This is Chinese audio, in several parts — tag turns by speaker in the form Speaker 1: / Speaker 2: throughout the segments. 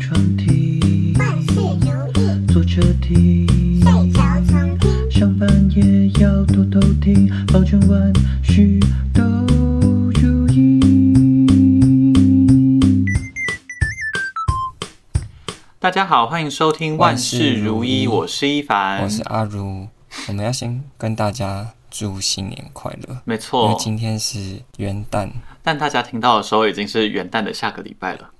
Speaker 1: 床听，
Speaker 2: 万事如意，
Speaker 1: 坐车听，
Speaker 2: 睡着重听，
Speaker 1: 上班也要多偷听，保证万事都如意。
Speaker 3: 大家好，欢迎收听《万事如意》，我是一凡，
Speaker 4: 我是阿如，我们要先跟大家祝新年快乐，
Speaker 3: 没
Speaker 4: 因为
Speaker 3: 错。
Speaker 4: 今天是元旦，
Speaker 3: 但大家听到的时候已经是元旦的下个礼拜了。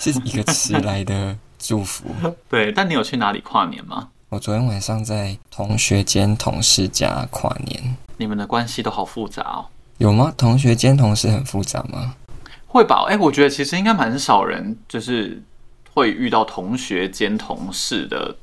Speaker 4: 是一个迟来的祝福。
Speaker 3: 对，但你有去哪里跨年吗？
Speaker 4: 我昨天晚上在同学兼同事家跨年，
Speaker 3: 你们的关系都好复杂哦。
Speaker 4: 有吗？同学兼同事很复杂吗？
Speaker 3: 会吧？哎、我觉得其实应该蛮少人就是会遇到同学兼同事的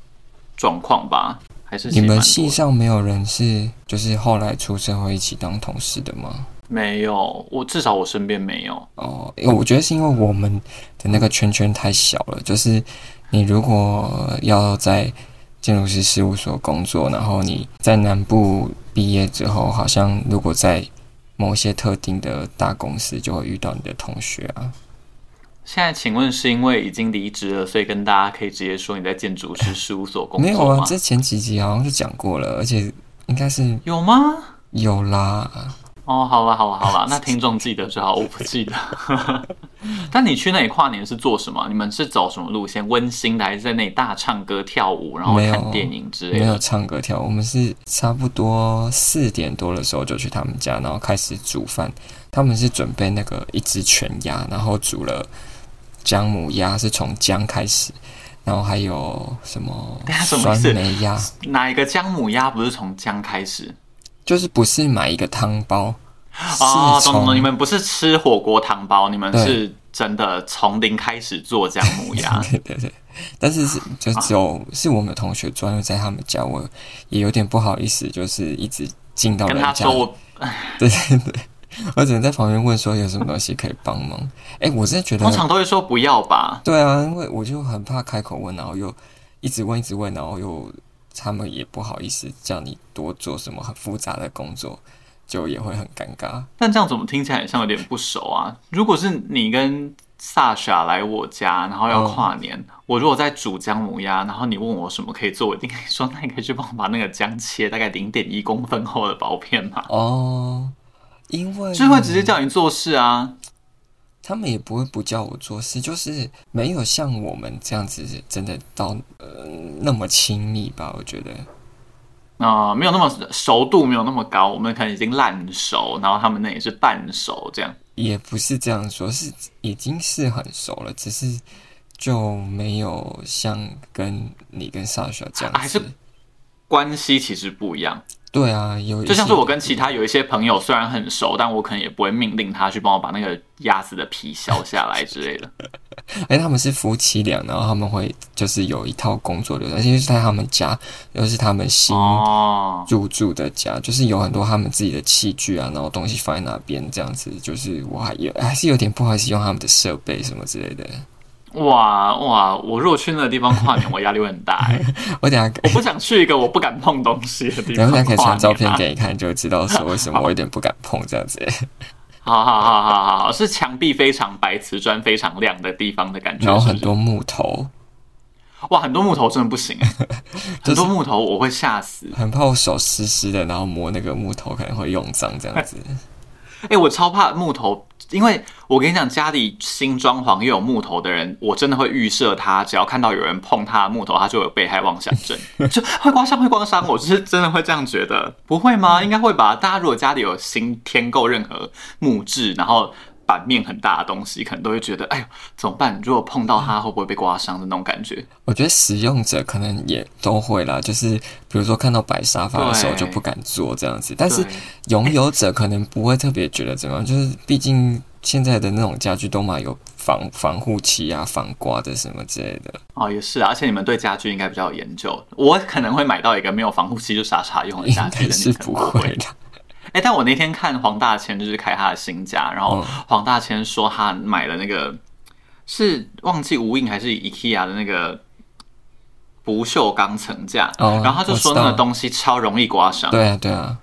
Speaker 3: 状况吧？还是其
Speaker 4: 你
Speaker 3: 实
Speaker 4: 们
Speaker 3: 蛮多
Speaker 4: 系
Speaker 3: 的
Speaker 4: 上没有人是就是后来出社会一起当同事的吗？
Speaker 3: 没有？我至少我身边没有。
Speaker 4: 哦，因为我觉得是因为我们的那个圈圈太小了，就是你如果要在建筑师事务所工作，然后你在南部毕业之后，好像如果在某些特定的大公司，就会遇到你的同学啊。
Speaker 3: 现在请问是因为已经离职了，所以跟大家可以直接说你在建筑师事务所工
Speaker 4: 没有
Speaker 3: 作吗
Speaker 4: 啊，？这前几集好像就讲过了，而且应该是
Speaker 3: 有吗？
Speaker 4: 有啦。
Speaker 3: 哦，好了好了好了， 那听众记得就好，我不记得。 但你去那里跨年是做什么？你们是走什么路线？温馨的，还是在那里大唱歌、跳舞，然后
Speaker 4: 没有
Speaker 3: 看电影之类
Speaker 4: 没有
Speaker 3: 的？
Speaker 4: 唱歌跳舞，我们是差不多四点多的时候就去他们家，然后开始煮饭。他们是准备那个一只全鸭，然后煮了姜母鸭，是从姜开始，然后还有什么
Speaker 3: 等一下什么意
Speaker 4: 酸
Speaker 3: 思
Speaker 4: 梅鸭，
Speaker 3: 哪一个姜母鸭不是从姜开始？
Speaker 4: 就是不是买一个汤包，
Speaker 3: 哦，
Speaker 4: 是
Speaker 3: 懂懂懂，你
Speaker 4: 从
Speaker 3: 们不是吃火锅汤包，你们
Speaker 4: 对
Speaker 3: 是真的从零开始做姜母
Speaker 4: 。
Speaker 3: 鸭
Speaker 4: 对对对，但是是就只有
Speaker 3: 啊
Speaker 4: 是我们同学专门在他们家，我也有点不好意思，就是一直进到
Speaker 3: 跟
Speaker 4: 人
Speaker 3: 他
Speaker 4: 家嗯
Speaker 3: 说我
Speaker 4: 对对对，我只能在旁边问说有什么东西可以帮忙。哎、我真的觉
Speaker 3: 通
Speaker 4: 得，
Speaker 3: 常都会说不要吧。
Speaker 4: 对啊，因为我就很怕开口问，然后又一直问，一直问，然后又他们也不好意思叫你多做什么很复杂的工作，就也会很尴尬。
Speaker 3: 但这样怎么听起来很像有点不熟啊？如果是你跟萨莎来我家，然后要跨年，我如果在煮姜母鸭，然后你问我什么可以做，我一定跟你说，那你可以去帮我把那个姜切大概零点一公分厚的薄片嘛，
Speaker 4: 哦，因为
Speaker 3: 就是会直接叫你做事啊。
Speaker 4: 他们也不会不叫我做事，就是没有像我们这样子真的到呃那么亲密吧，我觉得。
Speaker 3: 啊、没有那么熟度，没有那么高，我们可能已经烂熟，然后他们那也是半熟这样。
Speaker 4: 也不是这样说，是已经是很熟了，只是就没有像跟你跟 Sasha 这样子。
Speaker 3: 啊还是关系其实不一样，
Speaker 4: 对啊，有
Speaker 3: 就像是我跟其
Speaker 4: 他
Speaker 3: 他有一些朋友虽然很熟，但我可能也不会命令他去帮我把那个鸭子的皮削下来之类的。
Speaker 4: 哎、他们是夫妻俩，然后他们会就是有一套工作流程，而且是在他们家，又是他们新
Speaker 3: 哦，
Speaker 4: 入住的家，就是有很多他们自己的器具啊，然后东西放在那边这样子，就是我还有还是有点不好意思用他们的设备什么之类的。
Speaker 3: 哇哇！我如果去那个地方跨年，我压力会很大 哎、
Speaker 4: 我等一下
Speaker 3: 我不想去一个我不敢碰东西的地
Speaker 4: 等
Speaker 3: 方跨年、啊。
Speaker 4: 一下可以传照片给你看，你就会知道说为什么我有点不敢碰这样子。
Speaker 3: 好好好好好好，是墙壁非常白、瓷砖非常亮的地方的感觉。
Speaker 4: 然后
Speaker 3: 是不
Speaker 4: 很
Speaker 3: 是
Speaker 4: 多木头，
Speaker 3: 哇，很多木头真的不行哎、 很
Speaker 4: 就是
Speaker 3: 多木头我会吓死。
Speaker 4: 很怕我手湿湿的，然后摸那个木头可能会用脏这样子。
Speaker 3: 哎、我超怕木头，因为我跟你讲，家里新装潢又有木头的人，我真的会预设他，只要看到有人碰他的木头，他就有被害妄想症，就会刮伤，会刮伤。我是真的会这样觉得，不会吗？应该会吧。大家如果家里有新添购任何木质，然后版面很大的东西，可能都会觉得，哎呦，怎么办？如果碰到它，会不会被刮伤的那种感觉？
Speaker 4: 我觉得使用者可能也都会啦，就是比如说看到白沙发的时候
Speaker 3: 对
Speaker 4: 就不敢坐这样子，但是
Speaker 3: 对
Speaker 4: 拥有者可能不会特别觉得怎么样，就是毕竟现在的那种家具都嘛有防防护漆啊、防刮的什么之类的。
Speaker 3: 哦，也是啊，而且你们对家具应该比较有研究，我可能会买到一个没有防护漆就傻傻用的
Speaker 4: 应
Speaker 3: 家具，
Speaker 4: 该
Speaker 3: 但
Speaker 4: 是
Speaker 3: 你可能
Speaker 4: 不会的，
Speaker 3: 哎、但我那天看黄大千就是开他的新家，然后
Speaker 4: 嗯
Speaker 3: 黄大千说他买了那个是忘记无印还是 IKEA 的那个不锈钢层架，
Speaker 4: 哦
Speaker 3: 然后他就
Speaker 4: 我
Speaker 3: 说
Speaker 4: 知道
Speaker 3: 那个东西超容易刮伤。
Speaker 4: 对啊，对啊，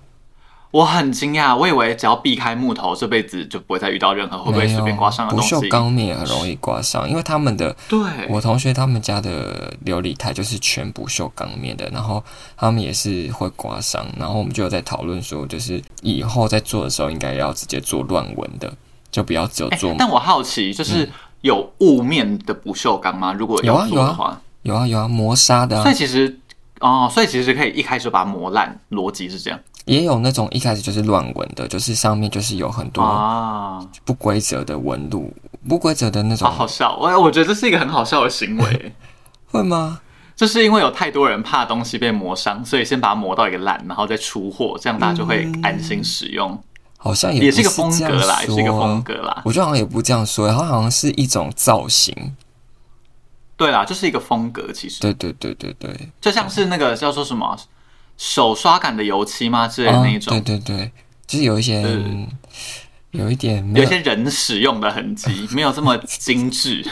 Speaker 3: 我很惊讶，我以为只要避开木头，这辈子就不会再遇到任何会不会
Speaker 4: 没
Speaker 3: 随
Speaker 4: 有啊
Speaker 3: 便刮伤的
Speaker 4: 不
Speaker 3: 东西
Speaker 4: 锈。钢面也很容易刮伤，因为他们的
Speaker 3: 对，
Speaker 4: 我同学他们家的琉璃台就是全不锈钢面的，然后他们也是会刮伤，然后我们就有在讨论说，就是以后在做的时候应该要直接做乱纹的，就不要只有
Speaker 3: 哎
Speaker 4: 做、
Speaker 3: 但我好奇，就是有雾面的不锈钢吗？如果
Speaker 4: 嗯有啊
Speaker 3: 要做
Speaker 4: 有
Speaker 3: 的
Speaker 4: 啊
Speaker 3: 话，
Speaker 4: 有啊有啊磨砂的、
Speaker 3: 所以
Speaker 4: 啊，
Speaker 3: 其实哦，所以其实可以一开始就把它磨烂，逻辑是这样
Speaker 4: 也有那种一开始就是乱纹的，就是上面就是有很多
Speaker 3: 啊。
Speaker 4: 不规则的纹路，不规则的那种、
Speaker 3: 哦好好笑，我我觉得这是一个很好笑的行 为。
Speaker 4: 会吗？
Speaker 3: 这是因为有太多人怕东西被磨伤，所以先把它磨到一个烂，然后再出货，这样大家就会安心使用。
Speaker 4: 嗯好像
Speaker 3: 也
Speaker 4: 不
Speaker 3: 是一个
Speaker 4: 这样
Speaker 3: 风格啦也是一个
Speaker 4: 说啊
Speaker 3: 风格啦
Speaker 4: 我觉得好像也不这样说，它好像是一种造型。
Speaker 3: 对啦，就是一个风格，其实
Speaker 4: 对对对对对，
Speaker 3: 就像是那个叫做什么手刷感的油漆吗之类的那一种，
Speaker 4: 啊。对对对，就是有一些
Speaker 3: 对
Speaker 4: 有一点没
Speaker 3: 有一
Speaker 4: 有
Speaker 3: 些人使用的痕 迹，没有这么精致。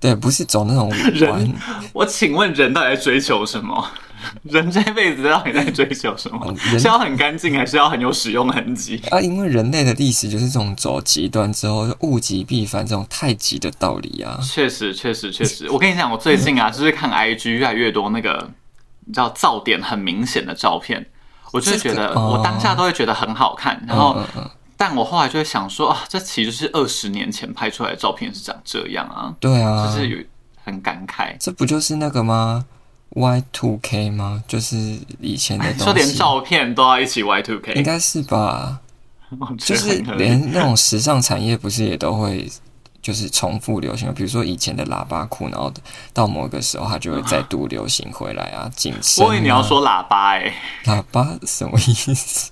Speaker 4: 对，不是走那种玩
Speaker 3: 人，我请问人到底在追求什么？ 人这辈子到底在追求什么
Speaker 4: 哦？人
Speaker 3: 是要很干净，还是要很有使用痕迹？
Speaker 4: 啊，因为人类的历史就是这种走极端之后就物极必反这种太极的道理啊。
Speaker 3: 确实，确实，确实。我跟你讲，我最近啊，就是看 IG 越来越多那个你知道噪点很明显的照片，我就会觉
Speaker 4: 这
Speaker 3: 得
Speaker 4: 个哦
Speaker 3: 我当下都会觉得很好看，然后
Speaker 4: 嗯嗯，
Speaker 3: 但我后来就会想说啊，这其实是二十年前拍出来的照片是长这样啊，
Speaker 4: 对
Speaker 3: 就
Speaker 4: 啊，
Speaker 3: 是有很感慨。
Speaker 4: 这不就是那个吗？Y two K 吗？就是以前的
Speaker 3: 说
Speaker 4: 东
Speaker 3: 连
Speaker 4: 西，
Speaker 3: 照片都要一起 Y two
Speaker 4: 应
Speaker 3: K，
Speaker 4: 该是吧？就
Speaker 3: 就是
Speaker 4: 连那种时尚产业不是也都会。就是重复流行，比如说以前的喇叭裤，然后到某个时候它就会再度流行回来啊，紧身、啊。
Speaker 3: 我以为你要说喇叭哎、
Speaker 4: 喇叭什么意 思？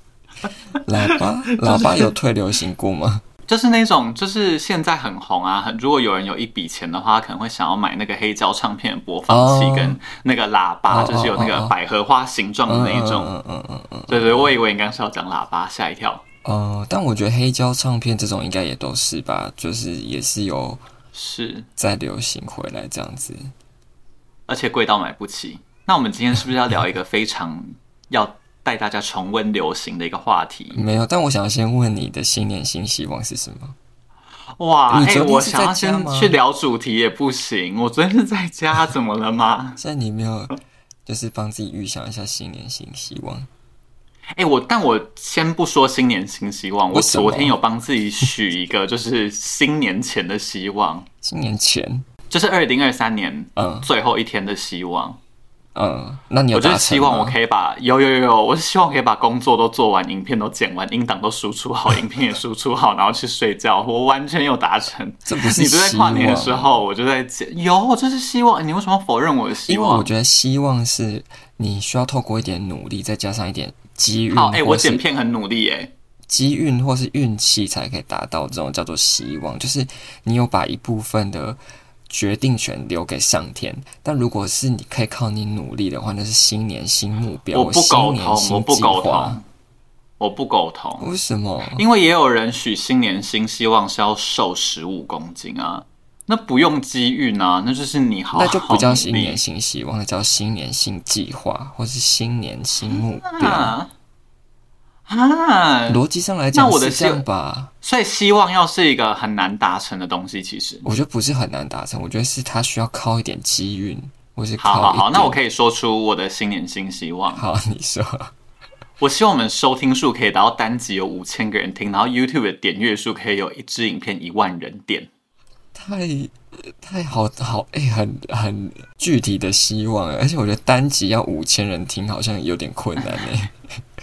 Speaker 4: 喇叭，喇叭有退流行过吗？
Speaker 3: 就是那种，就是现在很红啊。很如果有人有一笔钱的话，他可能会想要买那个黑胶唱片的播放器
Speaker 4: 哦
Speaker 3: 跟那个喇叭
Speaker 4: 哦
Speaker 3: 就是有那
Speaker 4: 哦
Speaker 3: 个
Speaker 4: 哦
Speaker 3: 百合花形状的 那一种。
Speaker 4: 嗯嗯嗯嗯嗯。
Speaker 3: 对对，我以为你刚刚是要讲喇叭，吓一跳。
Speaker 4: 呃，但我觉得黑胶唱片这种应该也都是吧，就是也是有
Speaker 3: 是，
Speaker 4: 再流行回来这样子。
Speaker 3: 而且贵到买不起。那我们今天是不是要聊一个非常要带大家重温流行的一个话题？
Speaker 4: 没有，但我想先问你的新年新希望是什么？
Speaker 3: 哇，
Speaker 4: 你
Speaker 3: 哎、
Speaker 4: 昨天
Speaker 3: 我
Speaker 4: 是
Speaker 3: 想
Speaker 4: 在
Speaker 3: 要
Speaker 4: 家
Speaker 3: 先
Speaker 4: 吗
Speaker 3: 去聊主题也不行，我昨天是在家，怎么了吗？
Speaker 4: 现在你没有，就是帮自己预想一下新年新希望。
Speaker 3: 哎、我但我先不说新年新希望，我
Speaker 4: 为什么
Speaker 3: 昨天有帮自己许一个，就是新年前的希望，
Speaker 4: 新年前，
Speaker 3: 就是二零二三年
Speaker 4: 嗯
Speaker 3: 最后一天的希望。
Speaker 4: 嗯，那你有
Speaker 3: 我就
Speaker 4: 达
Speaker 3: 是
Speaker 4: 成
Speaker 3: 希望我
Speaker 4: 以，
Speaker 3: 可以把有有有有，我是希望可以把工作都做完，影片都剪完，音档都输出 好，影片也输出好，然后去睡觉。我完全有达成。
Speaker 4: 这不是
Speaker 3: 你就在
Speaker 4: 希
Speaker 3: 跨年的
Speaker 4: 望
Speaker 3: 时候，我就在剪，有，这是希望。你为什么要否认我的希
Speaker 4: 因为
Speaker 3: 望
Speaker 4: 我？觉得希望是你需要透过一点努力，再加上一点机遇，
Speaker 3: 好，哎、我
Speaker 4: 嗯或是
Speaker 3: 剪片很努力、哎。
Speaker 4: 机运或是运气才可以达到这种叫做希望，就是你有把一部分的决定权留给上天。但如果是你可以靠你努力的话，那是新年新目标，
Speaker 3: 我不苟
Speaker 4: 新年
Speaker 3: 同，我
Speaker 4: 新
Speaker 3: 不
Speaker 4: 计
Speaker 3: 苟
Speaker 4: 划
Speaker 3: 同。，我不苟同。
Speaker 4: 为什么？
Speaker 3: 因为也有人许新年新希望是要瘦十五公斤啊，那不用机运啊，那就是你好好
Speaker 4: 那就不叫新
Speaker 3: 努力
Speaker 4: 年新希望，那叫新年新计划，或是新年新目标。
Speaker 3: 啊啊！
Speaker 4: 逻辑上来讲
Speaker 3: 那我的
Speaker 4: 是这样
Speaker 3: 希
Speaker 4: 吧，
Speaker 3: 所以希望要是一个很难达成的东西，其实
Speaker 4: 我觉得不是很难达成，我觉得是它需要靠一点机运，或是靠
Speaker 3: 好好好，那我
Speaker 4: 以
Speaker 3: 可以说出我的新年新希望。
Speaker 4: 好，你说
Speaker 3: 我希望我们收听数可以达到单集有五千个人听，然后 YouTube 的点阅数可以有一支影片一万人点。
Speaker 4: 太太好好哎、很很具体的希望欸，而且我觉得单集要五千人听好像有点困难哎、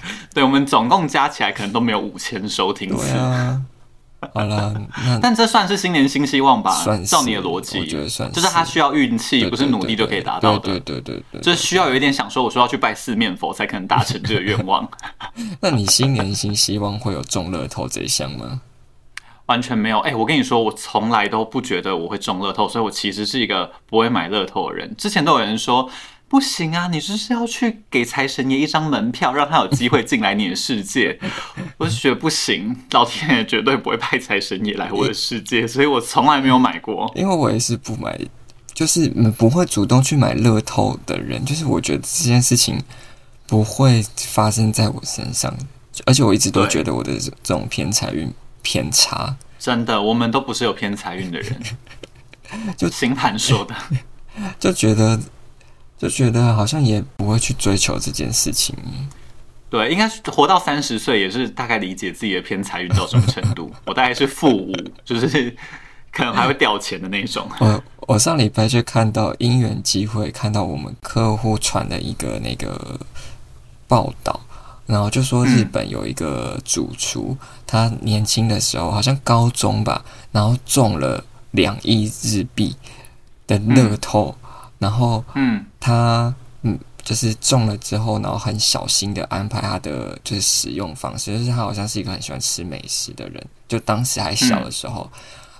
Speaker 3: 对，我们总共加起来可能都没有五千收听
Speaker 4: 对
Speaker 3: 次。
Speaker 4: 啊，好啦， 那
Speaker 3: 但这算是新年新希望吧？
Speaker 4: 算是
Speaker 3: 照你的逻辑，
Speaker 4: 我觉得算是
Speaker 3: 就是它需要运气，不是努力就可以达到的。
Speaker 4: 对对对对对
Speaker 3: 就是需要有一点想说，我说要去拜四面佛才可能达成这个愿望，
Speaker 4: 那你新年新希望会有中乐透这一项吗？
Speaker 3: 完全没有。哎、我跟你说，我从来都不觉得我会中乐透，所以我其实是一个不会买乐透的人。之前都有人说。不行啊！你就是要去给财神爷一张门票，让他有机会进来你的世界。 我就觉得不行，老天爷绝对不会派财神爷来我的世界，所以我从来没有买过。
Speaker 4: 因为我也是不买，就是嗯不会主动去买乐透的人，就是我觉得这件事情不会发生在我身上，而且我一直都
Speaker 3: 对
Speaker 4: 觉得我的这这种偏财运偏差，
Speaker 3: 真的，我们都不是有偏财运的人。
Speaker 4: 就
Speaker 3: 星盘说的，
Speaker 4: 就觉得就觉得好像也不会去追求这件事情。
Speaker 3: 对，应该是活到三十岁也是大概理解自己的偏财运到什么程度。我大概是负五，就是可能还会掉钱的那种。
Speaker 4: 我我上礼拜就看到因缘机会，看到我们客户传的一个那个报道，然后就说日本有一个主厨，他年轻的时候好像高中吧，然后中了两亿日币的乐透，然后
Speaker 3: 嗯，
Speaker 4: 他嗯，就是中了之后，然后很小心的安排他的就是使用方式，就是他好像是一个很喜欢吃美食的人，就当时还小的时候，
Speaker 3: 嗯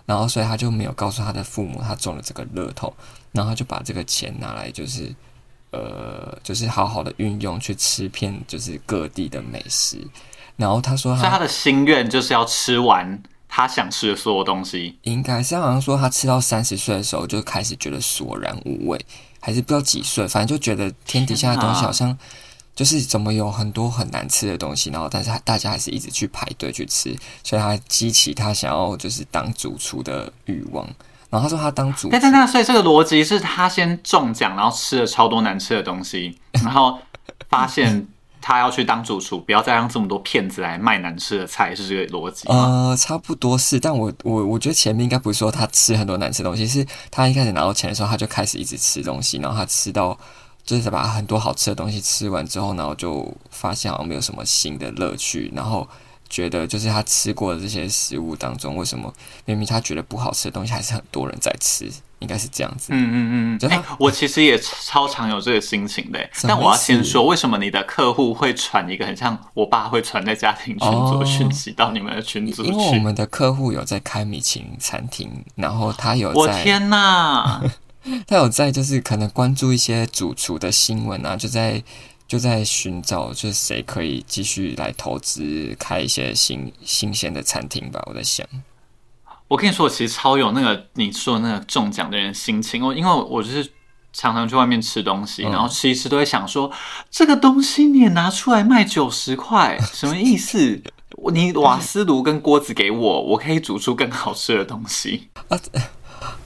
Speaker 4: 然后所以他就没有告诉他的父母他中了这个乐透，然后他就把这个钱拿来就是。呃，就是好好的运用去吃遍就是各地的美食，然后他说
Speaker 3: 所以他的心愿就是要吃完他想吃的所有东西。
Speaker 4: 应该是他好像说他吃到三十岁的时候就开始觉得索然无味，还是不知道几岁，反正就觉得天底下的东西
Speaker 3: 天哪
Speaker 4: 好像就是怎么有很多很难吃的东西，然后但是他大家还是一直去排队去吃，所以他激起他想要就是当主厨的欲望。然后他说他当主厨
Speaker 3: 但，但那所以这个逻辑是他先中奖，然后吃了超多难吃的东西，然后发现他要去当主厨，不要再让这么多骗子来卖难吃的菜，是这个逻辑吗？
Speaker 4: 呃，差不多是，但我我我觉得前面应该不是说他吃很多难吃的东西，是他一开始拿到钱的时候，他就开始一直吃东西，然后他吃到就是把很多好吃的东西吃完之后，然后就发现好像没有什么新的乐趣，然后觉得就是他吃过的这些食物当中，为什么明明他觉得不好吃的东西，还是很多人在吃，应该是这样子。
Speaker 3: 嗯嗯嗯
Speaker 4: 就
Speaker 3: 嗯，
Speaker 4: 他
Speaker 3: 哎、我其实也超常有这个心情的、
Speaker 4: 什么
Speaker 3: 但我要先
Speaker 4: 意思
Speaker 3: 说，为什么你的客户会传一个很像我爸会传在家庭群组
Speaker 4: 哦
Speaker 3: 的讯息到你们的群组
Speaker 4: 因为我
Speaker 3: 去？
Speaker 4: 们的客户有在开米其林餐厅，然后他有
Speaker 3: 我
Speaker 4: 在
Speaker 3: 天哪！
Speaker 4: 他有在就是可能关注一些主厨的新闻啊，就在就在寻找就是谁可以继续来投资开一些新新鲜的餐厅吧。我在想，
Speaker 3: 我跟你说，我其实超有那个你说的那个中奖的人心情，我因为我就是常常去外面吃东西，
Speaker 4: 嗯
Speaker 3: 然后吃一吃都会想说，这个东西你也拿出来卖九十 块，什么意思？我你瓦斯炉跟锅子给我，我可以煮出更好吃的东西。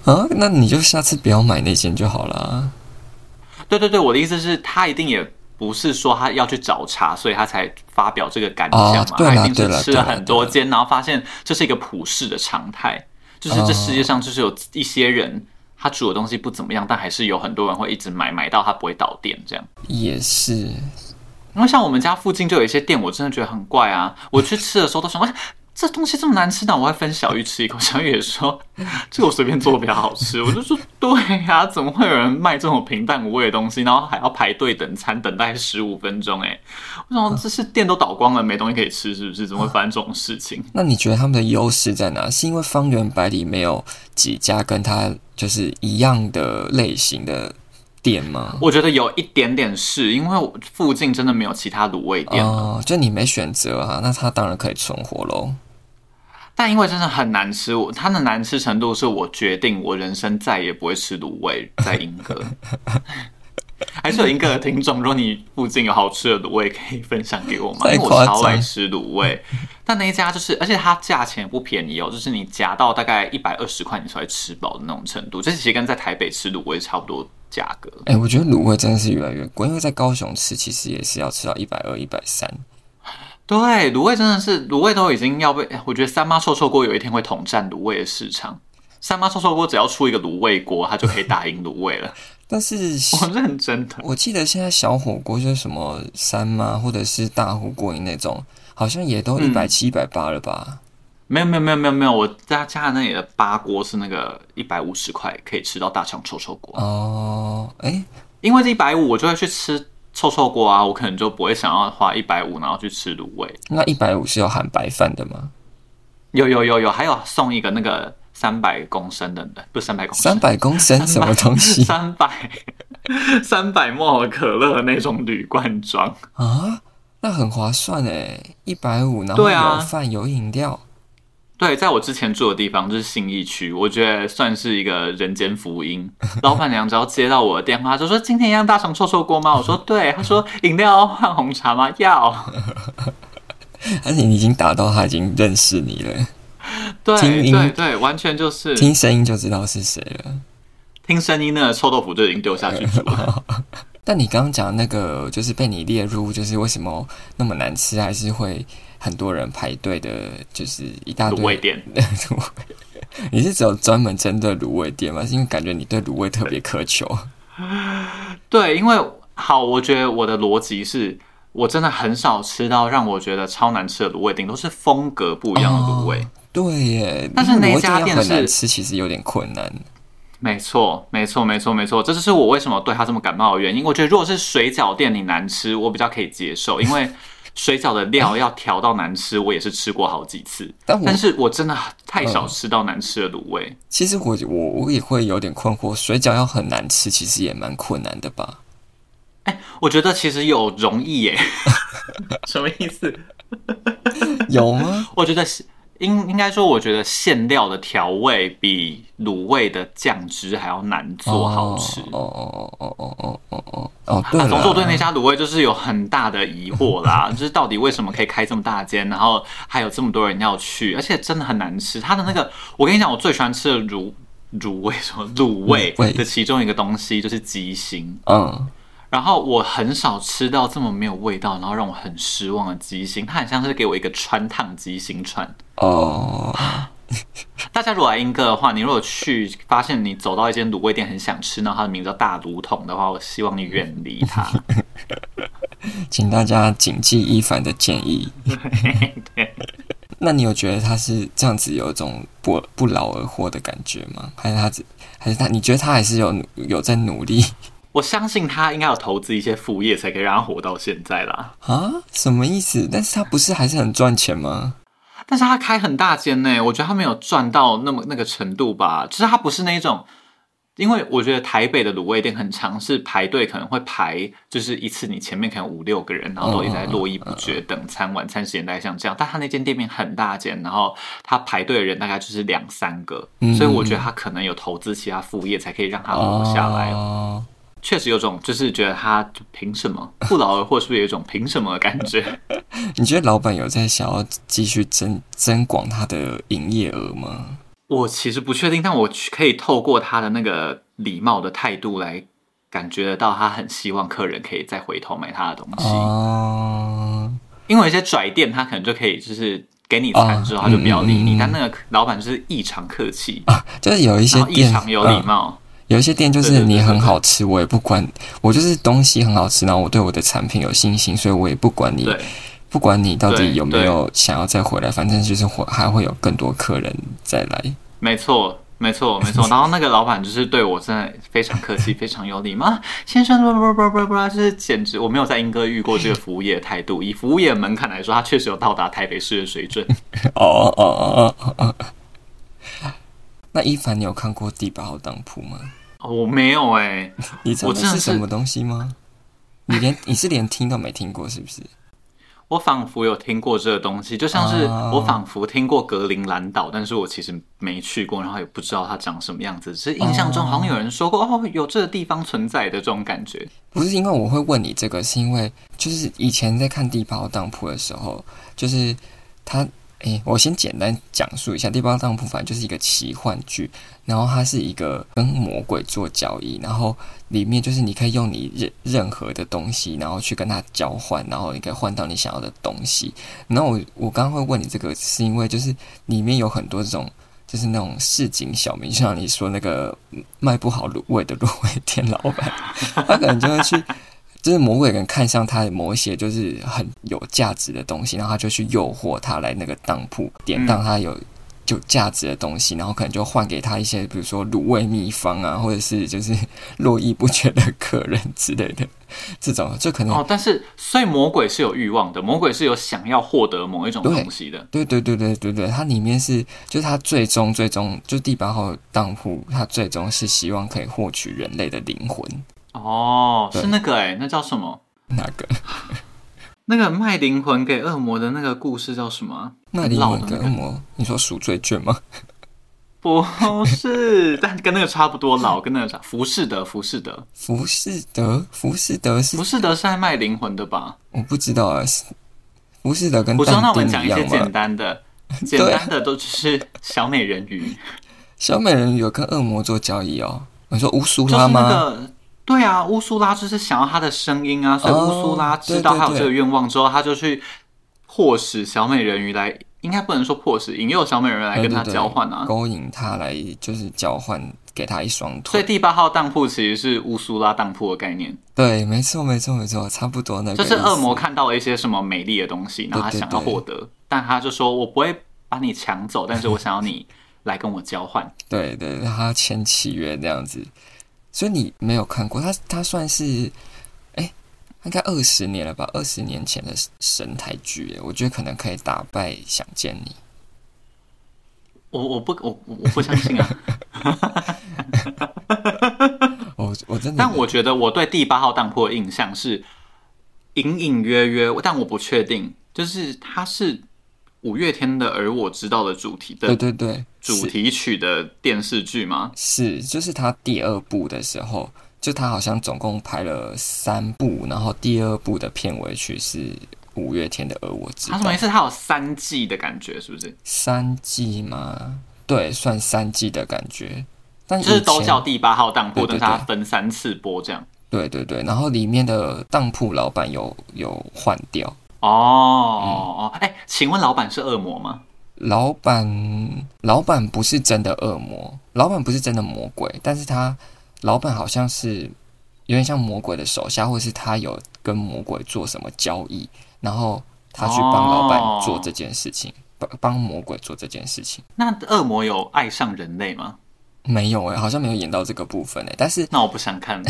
Speaker 4: 啊，那你就下次不要买那间就好啦。
Speaker 3: 对对对，我的意思是，他一定也不是说他要去找茬，所以他才发表这个感想
Speaker 4: 哦
Speaker 3: 嘛。
Speaker 4: 对啦
Speaker 3: 他一定
Speaker 4: 对啦
Speaker 3: 是吃
Speaker 4: 对
Speaker 3: 了
Speaker 4: 啦
Speaker 3: 很多间，然后发现这是一个普世的常态，就是这世界上就是有一些人。他煮的东西不怎么样，但还是有很多人会一直买，买到他不会倒店这样。
Speaker 4: 也是，
Speaker 3: 因为像我们家附近就有一些店，我真的觉得很怪啊。我去吃的时候都想，哎，这东西这么难吃，那我会分小玉吃一口。小玉也说，这个我随便做比较好吃。我就说，对呀、怎么会有人卖这种平淡无味的东西，然后还要排队等餐，等待十五分钟、哎，我想说这是店都倒光了，没东西可以吃，是不是？怎么会发生这种事情？
Speaker 4: 那你觉得他们的优势在哪？是因为方圆百里没有几家跟他就是一样的类型的店吗？
Speaker 3: 我觉得有一点点是因为我附近真的没有其他卤味店了。
Speaker 4: 哦、就你没选择啊，那他当然可以存活喽。
Speaker 3: 但因为真的很难吃，我它的难吃程度是我决定我人生再也不会吃卤味在英哥。 还是有英哥的听众，如果你附近有好吃的卤味，可以分享给我吗？
Speaker 4: 太
Speaker 3: 因为
Speaker 4: 夸
Speaker 3: 我
Speaker 4: 张
Speaker 3: 超爱吃卤味，但那一家就是，而且它价钱不便宜哦，就是你夹到大概一百二十块，你才会吃饱的那种程度。这其实跟在台北吃卤味差不多价格。
Speaker 4: 哎、我觉得卤味真的是越来越贵，因为在高雄吃其实也是要吃到一百二、一百三。
Speaker 3: 对，卤味真的是卤味都已经要被，哎我觉得三妈臭臭锅有一天会统战卤味的市场。三妈臭臭锅只要出一个卤味锅，它就可以打赢卤 味了。
Speaker 4: 但是
Speaker 3: 我认真的，
Speaker 4: 我记得现在小火锅就是什么三妈或者是大火锅那种，好像也都一
Speaker 3: 嗯
Speaker 4: 百七、一百八了吧？
Speaker 3: 没有没有没有没有没有，我在家那里的八锅是那个一百五十块可以吃到大肠臭臭锅，
Speaker 4: 哦，哎、
Speaker 3: 因为这一百五我就会去吃臭臭锅啊，我可能就不会想要花一百五然后去吃卤味。
Speaker 4: 那一百五是有含白饭的吗？
Speaker 3: 有有有有，还有送一个那个三百公升的，不是三百公升，
Speaker 4: 三百公升什么东西
Speaker 3: 三百 三百沫尔可乐那种铝罐装。
Speaker 4: 啊？那很划算哎，一百五，然后
Speaker 3: 对啊
Speaker 4: 有饭、有饮料，
Speaker 3: 对，在我之前住的地方就是信义区，我觉得算是一个人间福 音。老板娘只要接到我的电话，就说今天一 样大肠臭臭锅吗？我说对，她说饮料要换红茶吗？要。
Speaker 4: 而且你已经打到他已经认识你了，
Speaker 3: 对
Speaker 4: 听音
Speaker 3: 对对，完全就是
Speaker 4: 听声音就知道是谁了。
Speaker 3: 听声音，那个臭豆腐就已经丢下去煮了。
Speaker 4: 哦但你刚刚讲那个，就是被你列入，就是为什么那么难吃，还是会很多人排队的，就是一大堆
Speaker 3: 卤味店，
Speaker 4: 卤味。你是只有专门针对卤味店吗？是因为感觉你对卤味特别苛求。
Speaker 3: 对，因为好，我觉得我的逻辑是我真的很少吃到让我觉得超难吃的卤味，顶多是风格不一样的卤味。
Speaker 4: 哦对耶，
Speaker 3: 但是那
Speaker 4: 卤味
Speaker 3: 家
Speaker 4: 要
Speaker 3: 店
Speaker 4: 很难
Speaker 3: 是
Speaker 4: 吃，其实有点困难。
Speaker 3: 没错，没错，没错，没错，这就是我为什么对它这么感冒的原因。我觉得如果是水饺店你难吃，我比较可以接受，因为水饺的料要调到难吃，我也是吃过好几次。
Speaker 4: 但哦我
Speaker 3: 但是我真的太少吃到难吃的卤味。
Speaker 4: 其实我我我也会有点困惑，水饺要很难吃，其实也蛮困难的吧？
Speaker 3: 我觉得其实有容易 耶，什么意思？
Speaker 4: 有吗？
Speaker 3: 我觉得是应应该说，我觉得馅料的调味比卤味的酱汁还要难做好吃。
Speaker 4: 哦哦哦哦哦哦哦哦哦，对
Speaker 3: 啊，
Speaker 4: 了，
Speaker 3: 总之我对那家卤味就是有很大的疑惑啦，就是到底为什么可以开这么大间，然后还有这么多人要去，而且真的很难吃。它的那个，我跟你讲，我最喜欢吃的卤卤味什么卤味
Speaker 4: 卤味
Speaker 3: 的其中一个东西就是鸡心，
Speaker 4: 嗯，
Speaker 3: 然后我很少吃到这么没有味道，然后让我很失望的鸡心，它很像是给我一个穿烫鸡心串。
Speaker 4: 哦，
Speaker 3: 大家如果来英歌的话，你如果去发现你走到一间卤味店很想吃，然后它的名字叫大卤桶的话，我希望你远离它。
Speaker 4: 请大家谨记一凡的建 议。那你有觉得他是这样子有一种不不劳而获的感觉吗？还是他只还是他？你觉得他还是有努有在努力
Speaker 3: 我相信他应该有投资一些副业，才可以让他活到现在啦。
Speaker 4: 啊？什么意思？但是他不是还是很赚钱吗？
Speaker 3: 但是他开很大间呢，我觉得他没有赚到那么那个程度吧。就是他不是那种，因为我觉得台北的卤味店很常是排队，可能会排就是一次你前面可能五六个人，然后都一直在络绎不绝等餐晚餐时间大概像这样。但他那间店面很大间，然后他排队的人大概就是两三个，
Speaker 4: 嗯
Speaker 3: 所以我觉得他可能有投资其他副业，才可以让他活下来。
Speaker 4: 哦
Speaker 3: 确实有种就是觉得他就凭什么不劳而获，是不是有一种凭什么的感觉？
Speaker 4: 你觉得老板有在想要继续增增广他的营业额吗？
Speaker 3: 我其实不确定，但我可以透过他的那个礼貌的态度来感觉得到，他很希望客人可以再回头买他的东西。
Speaker 4: 哦，
Speaker 3: 因为有些拽店，他可能就可以就是给你餐之后，他就不要理
Speaker 4: 嗯嗯
Speaker 3: 你，
Speaker 4: 嗯嗯
Speaker 3: 但那个老板就是异常客气，
Speaker 4: 啊就是有一些
Speaker 3: 然后异
Speaker 4: 店
Speaker 3: 常有礼
Speaker 4: 嗯
Speaker 3: 貌。
Speaker 4: 有一些店就
Speaker 3: 对
Speaker 4: 是
Speaker 3: 对对
Speaker 4: 你很好吃，我也不管，我就是东西很好吃，然后我对我的产品有信心，所以我也不管你
Speaker 3: 对，
Speaker 4: 不管你到
Speaker 3: 对
Speaker 4: 底有没
Speaker 3: 对
Speaker 4: 有想要再回来，反正就是会还会有更多客人再来。
Speaker 3: 没错。没错，没错。然后那个老板就是对我真的非常客气，非常有礼貌。 啊先生，不不不不不，就是简直我没有在英哥遇过这个服务业的态度。以服务业的门槛来说，他确实有到达台北市的水 准。
Speaker 4: 哦哦哦哦哦哦。那一凡，你有看过《第八号当铺》吗？
Speaker 3: 哦我没有哎、
Speaker 4: 你知道
Speaker 3: 我
Speaker 4: 那
Speaker 3: 真的
Speaker 4: 是什
Speaker 3: 是
Speaker 4: 么东西吗？你连你是连听都没听过是不是？
Speaker 3: 我仿佛有听过这个东西，就像是
Speaker 4: 啊
Speaker 3: 我仿佛听过格陵兰岛，但是我其实没去过，然后也不知道它长什么样子，只是印象中好像有人说
Speaker 4: 啊
Speaker 3: 过哦，有这个地方存在的这种感觉。
Speaker 4: 不是因为我会问你这个，是因为就是以前在看《地包当铺》的时候，就是他，诶、我先简单讲述一下，《地包当铺》反正就是一个奇幻剧，然后它是一个跟魔鬼做交易，然后里面就是你可以用你任任何的东西，然后去跟他交换，然后你可以换到你想要的东西。然后我我刚刚会问你这个，是因为就是里面有很多这种。就是那种市井小民，就像你说那个卖不好卤味的卤味店老板，他可能就会去，就是魔鬼可能看上他的某一些就是很有价值的东西，然后他就去诱惑他来那个当铺
Speaker 3: 嗯
Speaker 4: 点，让他有有价值的东西，然后可能就换给他一些，比如说卤味秘方啊，或者是就是络绎不绝的客人之类的， 这种就可能、
Speaker 3: 哦，但是所以魔鬼是有欲望的，魔鬼是有想要获得某一种
Speaker 4: 对
Speaker 3: 东西的。
Speaker 4: 对对对对对对，它里面是就是它最终最终就是第八号当铺，它最终是希望可以获取人类的灵魂，
Speaker 3: 哦，
Speaker 4: 对
Speaker 3: 是那个哎、那叫什么？
Speaker 4: 那个
Speaker 3: 那个卖灵魂给恶魔的那个故事叫什么啊？
Speaker 4: 那灵
Speaker 3: 老
Speaker 4: 魂
Speaker 3: 的
Speaker 4: 跟
Speaker 3: 那
Speaker 4: 恶
Speaker 3: 个
Speaker 4: 魔，你说赎罪券吗？
Speaker 3: 不是，但跟那个差不多老，跟那个差。浮士德，浮士德，
Speaker 4: 浮士德，浮士德是
Speaker 3: 浮士德是在卖灵魂的吧？
Speaker 4: 我不知道啊，是浮士德跟
Speaker 3: 我知道，那
Speaker 4: 但
Speaker 3: 我们
Speaker 4: 丁
Speaker 3: 讲
Speaker 4: 一
Speaker 3: 一些
Speaker 4: 样
Speaker 3: 简
Speaker 4: 吗？
Speaker 3: 单 的，简单的都就是小美人鱼，
Speaker 4: 小美人鱼有跟恶魔做交易哦。你说乌苏
Speaker 3: 就
Speaker 4: 拉
Speaker 3: 是那
Speaker 4: 吗？
Speaker 3: 个。对啊，乌苏拉就是想要她的声音啊，所
Speaker 4: 哦
Speaker 3: 以乌苏拉知道
Speaker 4: 对对
Speaker 3: 她有这个
Speaker 4: 对
Speaker 3: 愿望之后，她就去迫使小美人鱼来，应该不能说迫使，引诱小美人鱼来
Speaker 4: 对
Speaker 3: 跟
Speaker 4: 对
Speaker 3: 她
Speaker 4: 对
Speaker 3: 交换啊。
Speaker 4: 勾引他来就是交换，给他一双
Speaker 3: 所以
Speaker 4: 腿。
Speaker 3: 第八号当铺其实是乌苏拉当铺的概念，
Speaker 4: 对，没错，没错，没错，差不多那个。
Speaker 3: 就是恶魔。看到了一些什么美丽的东西，然后他
Speaker 4: 对对
Speaker 3: 想要获得，但他就说：“我不会把你抢走，但是我想要你来跟我交换。
Speaker 4: 对对，他签契约这样子，所以你没有看过他，他算是，哎，应该二十年了吧？二十年前的神台剧，哎我觉得可能可以打败《想见你》。
Speaker 3: 我”我不我我我不相信 啊！
Speaker 4: 我我真的，
Speaker 3: 但我觉得我对第八号当铺的印象是隐隐约约，但我不确定，就是它是五月天的，而我知道的主题
Speaker 4: 对
Speaker 3: 的
Speaker 4: 对对，
Speaker 3: 主题曲的电视剧吗？
Speaker 4: 是，就是他第二部的时候，就他好像总共拍了三部，然后第二部的片尾曲是五月天的《而我知
Speaker 3: 它
Speaker 4: 道
Speaker 3: 什么意》，思？它有三季的感觉，是不是？
Speaker 4: 三季吗？对，算三季的感觉。但
Speaker 3: 就是
Speaker 4: 以
Speaker 3: 都
Speaker 4: 前
Speaker 3: 叫第八号当铺，
Speaker 4: 对
Speaker 3: 但
Speaker 4: 对对
Speaker 3: 是它分三次播这样。
Speaker 4: 对对对，然后里面的当铺老板有有换掉，
Speaker 3: 哦哦，哎、请问老板是恶魔吗？
Speaker 4: 老板老板不是真的恶魔，老板不是真的魔鬼，但是他老板好像是有点像魔鬼的手下，或是他有跟魔鬼做什么交易，然后他去帮老
Speaker 3: 哦
Speaker 4: 板做这件事情，帮、帮魔鬼做这件事情。
Speaker 3: 那恶魔有爱上人类吗？
Speaker 4: 没有欸诶、好像没有演到这个部分诶、欸但是
Speaker 3: 那我不想 看。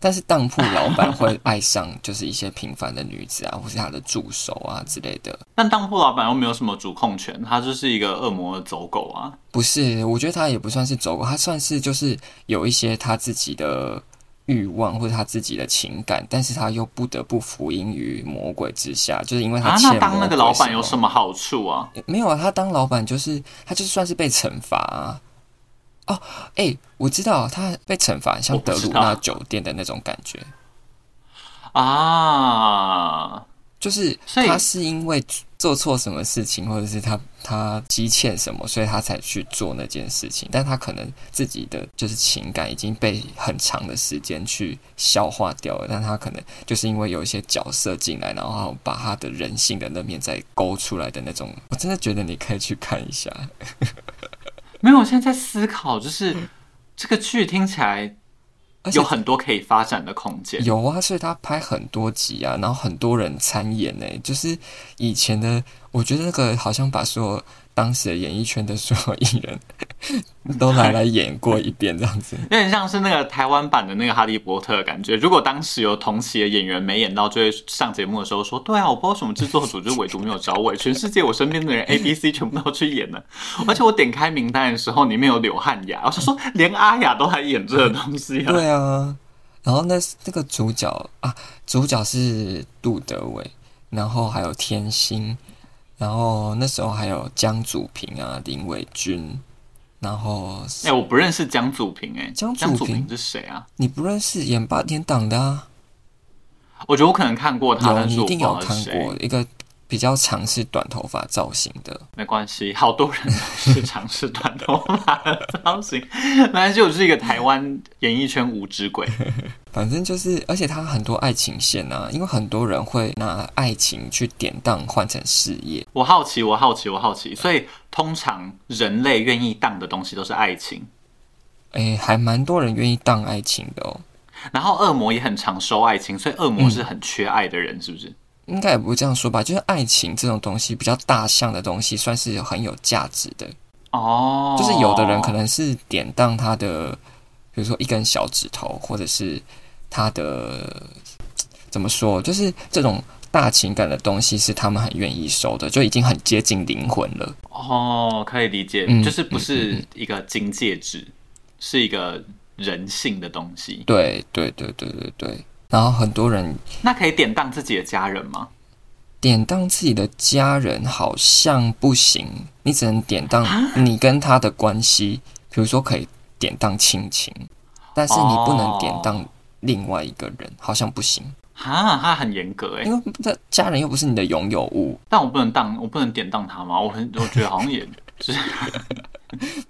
Speaker 4: 但是当铺老板会爱上就是一些平凡的女子啊，或 是他的助手啊之类的，
Speaker 3: 但当铺老板又没有什么主控权，他就是一个恶魔的走狗啊。
Speaker 4: 不是，我觉得他也不算是走过，他算是就是有一些他自己的欲望或者他自己的情感，但是他又不得不服膺于魔鬼之下，就是因为他
Speaker 3: 啊，
Speaker 4: 欠
Speaker 3: 那当那个老板有什
Speaker 4: 么？
Speaker 3: 么好处啊？
Speaker 4: 没有啊，他当老板就是他就算是被惩罚啊。哦，哎、我知道他被惩罚，像
Speaker 3: 我不
Speaker 4: 德
Speaker 3: 知
Speaker 4: 鲁
Speaker 3: 道
Speaker 4: 纳酒店的那种感觉，
Speaker 3: 啊，
Speaker 4: 就是
Speaker 3: 所以
Speaker 4: 他是因为做错什么事情，或者是他他积欠什么，所以他才去做那件事情。但他可能自己的就是情感已经被很长的时间去消化掉了，但他可能就是因为有一些角色进来，然后把他的人性的那面再勾出来的那种。我真的觉得你可以去看一下。
Speaker 3: 没有，我现在在思考，就是这个剧听起来
Speaker 4: 嗯而且
Speaker 3: 有很多可以发展的空间。
Speaker 4: 有啊，所以他拍很多集啊，然后很多人参演呢、就是以前的，我觉得那个好像把所有当时的演艺圈的所有艺人都拿来演过一遍这样子。
Speaker 3: 有点像是那个台湾版的那个《哈利波特》的感觉。如果当时有同期的演员没演到，就会上节目的时候说：“对啊，我不知道为什么制作组，就唯独没有找我。全世界我身边的
Speaker 4: 嗯
Speaker 3: 人 A、B、C 全部都去演了，而且我点开名单的时候，里面有柳汉雅，我就说连阿雅都来演这个东西啊。
Speaker 4: 对啊，然后那那个主角啊，主角是杜德伟，然后还有天心，然后那时候还有江祖平啊、林伟君，然后
Speaker 3: 哎、我不认识江祖平、哎，
Speaker 4: 江祖
Speaker 3: 江
Speaker 4: 平
Speaker 3: 祖平是谁啊？
Speaker 4: 你不认识演八点档的啊？
Speaker 3: 我觉得我可能看过他，
Speaker 4: 有，
Speaker 3: 但
Speaker 4: 你
Speaker 3: 是
Speaker 4: 一
Speaker 3: 我不
Speaker 4: 定
Speaker 3: 知
Speaker 4: 有
Speaker 3: 道
Speaker 4: 看
Speaker 3: 是谁
Speaker 4: 过。一个比较尝试短头发造型的。
Speaker 3: 没关系，好多人都是尝试短头发的造型， 没关系，我是一个台湾演艺圈无知鬼。
Speaker 4: 反正就是，而且他很多爱情线啊，因为很多人会拿爱情去典当换成事业，
Speaker 3: 我好奇，我好奇，我好奇。所以通常人类愿意当的东西都是爱情，
Speaker 4: 诶，还蛮多人愿意当爱情的哦。
Speaker 3: 然后恶魔也很常收爱情，所以恶魔
Speaker 4: 嗯
Speaker 3: 是很缺爱的人，是不是？
Speaker 4: 应该也不会这样说吧，就是爱情这种东西比较大项的东西，算是很有价值的。
Speaker 3: 哦，
Speaker 4: 就是有的人可能是典当他的，比如说一根小指头，或者是他的怎么说，就是这种大情感的东西是他们很愿意收的，就已经很接近灵魂了。
Speaker 3: 哦，可以理解，
Speaker 4: 嗯
Speaker 3: 就是不是一个金戒指，是一个人性的东西。
Speaker 4: 对对对对对对。然后很多人
Speaker 3: 那可以典当自己的家人吗？
Speaker 4: 典当自己的家人好像不行，你只能典当你跟他的关系，比如说可以典当亲情，但是你不能典当另外一个人，好像不行。
Speaker 3: 哈，他很严格哎、
Speaker 4: 因为这家人又不是你的拥有物，
Speaker 3: 但我不能当，我不能典当他吗？我很，我觉得好像 也，就是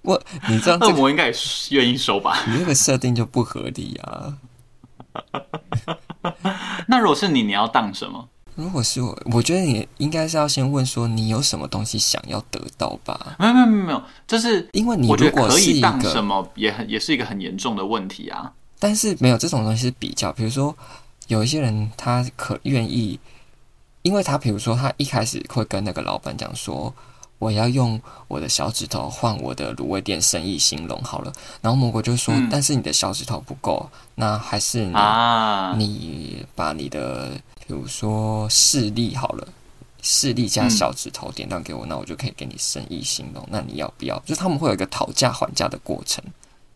Speaker 4: 我你这样这
Speaker 3: 恶
Speaker 4: 个
Speaker 3: 魔应该也愿意收吧。
Speaker 4: 你这个设定就不合理啊！
Speaker 3: 那如果是你，你要当什么？
Speaker 4: 如果是我，我觉得你应该是要先问说你有什么东西想要得到吧，
Speaker 3: 没有没有没有没有，就是
Speaker 4: 因为你
Speaker 3: 我觉
Speaker 4: 如
Speaker 3: 得
Speaker 4: 果
Speaker 3: 可
Speaker 4: 是
Speaker 3: 以
Speaker 4: 一
Speaker 3: 当什
Speaker 4: 个，
Speaker 3: 么，也很也是一个很严重的问题啊。
Speaker 4: 但是没有这种东西是比较，比如说有一些人他可愿意，因为他比如说他一开始会跟那个老板讲说。我要用我的小指头换我的卤味店生意兴隆好了，然后魔鬼就说：“
Speaker 3: 嗯
Speaker 4: 但是你的小指头不够，那还是你
Speaker 3: 啊，
Speaker 4: 嗯你把你的，比如说视力好了，视力加小指头典当给我，那我就可以给你生意兴隆。那你要不要？就是他们会有一个讨价还价的过程。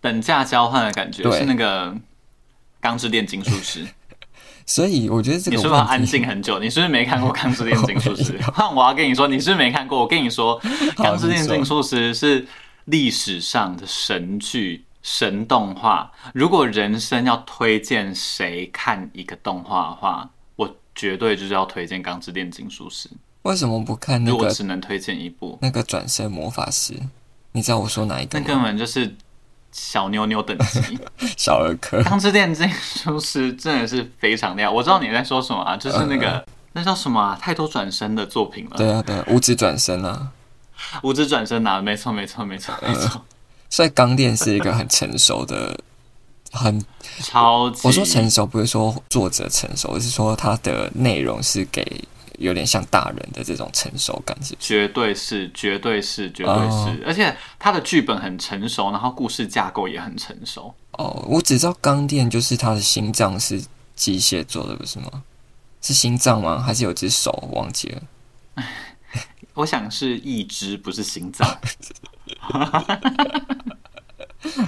Speaker 3: 等价交换的感觉
Speaker 4: 对
Speaker 3: 是那个《钢之炼金术 师》，
Speaker 4: 所以我觉得这
Speaker 3: 你
Speaker 4: 个
Speaker 3: 是不是要安
Speaker 4: 问题，
Speaker 3: 静很久？你是不是没看过《钢之炼金术师
Speaker 4: 我没》有？
Speaker 3: 那我要跟你说，你是不是没看过。我跟你说，《钢之
Speaker 4: 你
Speaker 3: 炼
Speaker 4: 说
Speaker 3: 金术师》是历史上的神剧。神动画，如果人生要推荐谁看一个动画的话，我绝对就是要推荐《钢之炼金术师》
Speaker 4: 为什么不看那
Speaker 3: 如果
Speaker 4: 个
Speaker 3: 只能推荐一部，
Speaker 4: 那个转身魔法师？你知道我说哪一个
Speaker 3: 那
Speaker 4: 吗？
Speaker 3: 根本就是小妞妞等级。
Speaker 4: 小儿 科
Speaker 3: 《钢之炼金术师》真的是非常厉害。我知道你在说什么啊，就是那个、那叫什么啊，太多转身的作品了，
Speaker 4: 嗯对啊，对啊，五指转身啊。
Speaker 3: 五指转身啊，没错，没错，没
Speaker 4: 嗯
Speaker 3: 错，没错，
Speaker 4: 所以钢炼是一个很成熟的，很
Speaker 3: 超级。
Speaker 4: 我说成熟不是说作者成熟，而是说它的内容是给有点像大人的这种成熟感，是不是？
Speaker 3: 绝对是，绝对是，绝对是
Speaker 4: 哦
Speaker 3: 而且他的剧本很成熟，然后故事架构也很成熟。
Speaker 4: 哦，我只知道钢电就是他的心脏是机械做的，不是吗？是心脏吗？还是有只手？我忘记了。
Speaker 3: 我想是一只，不是心脏。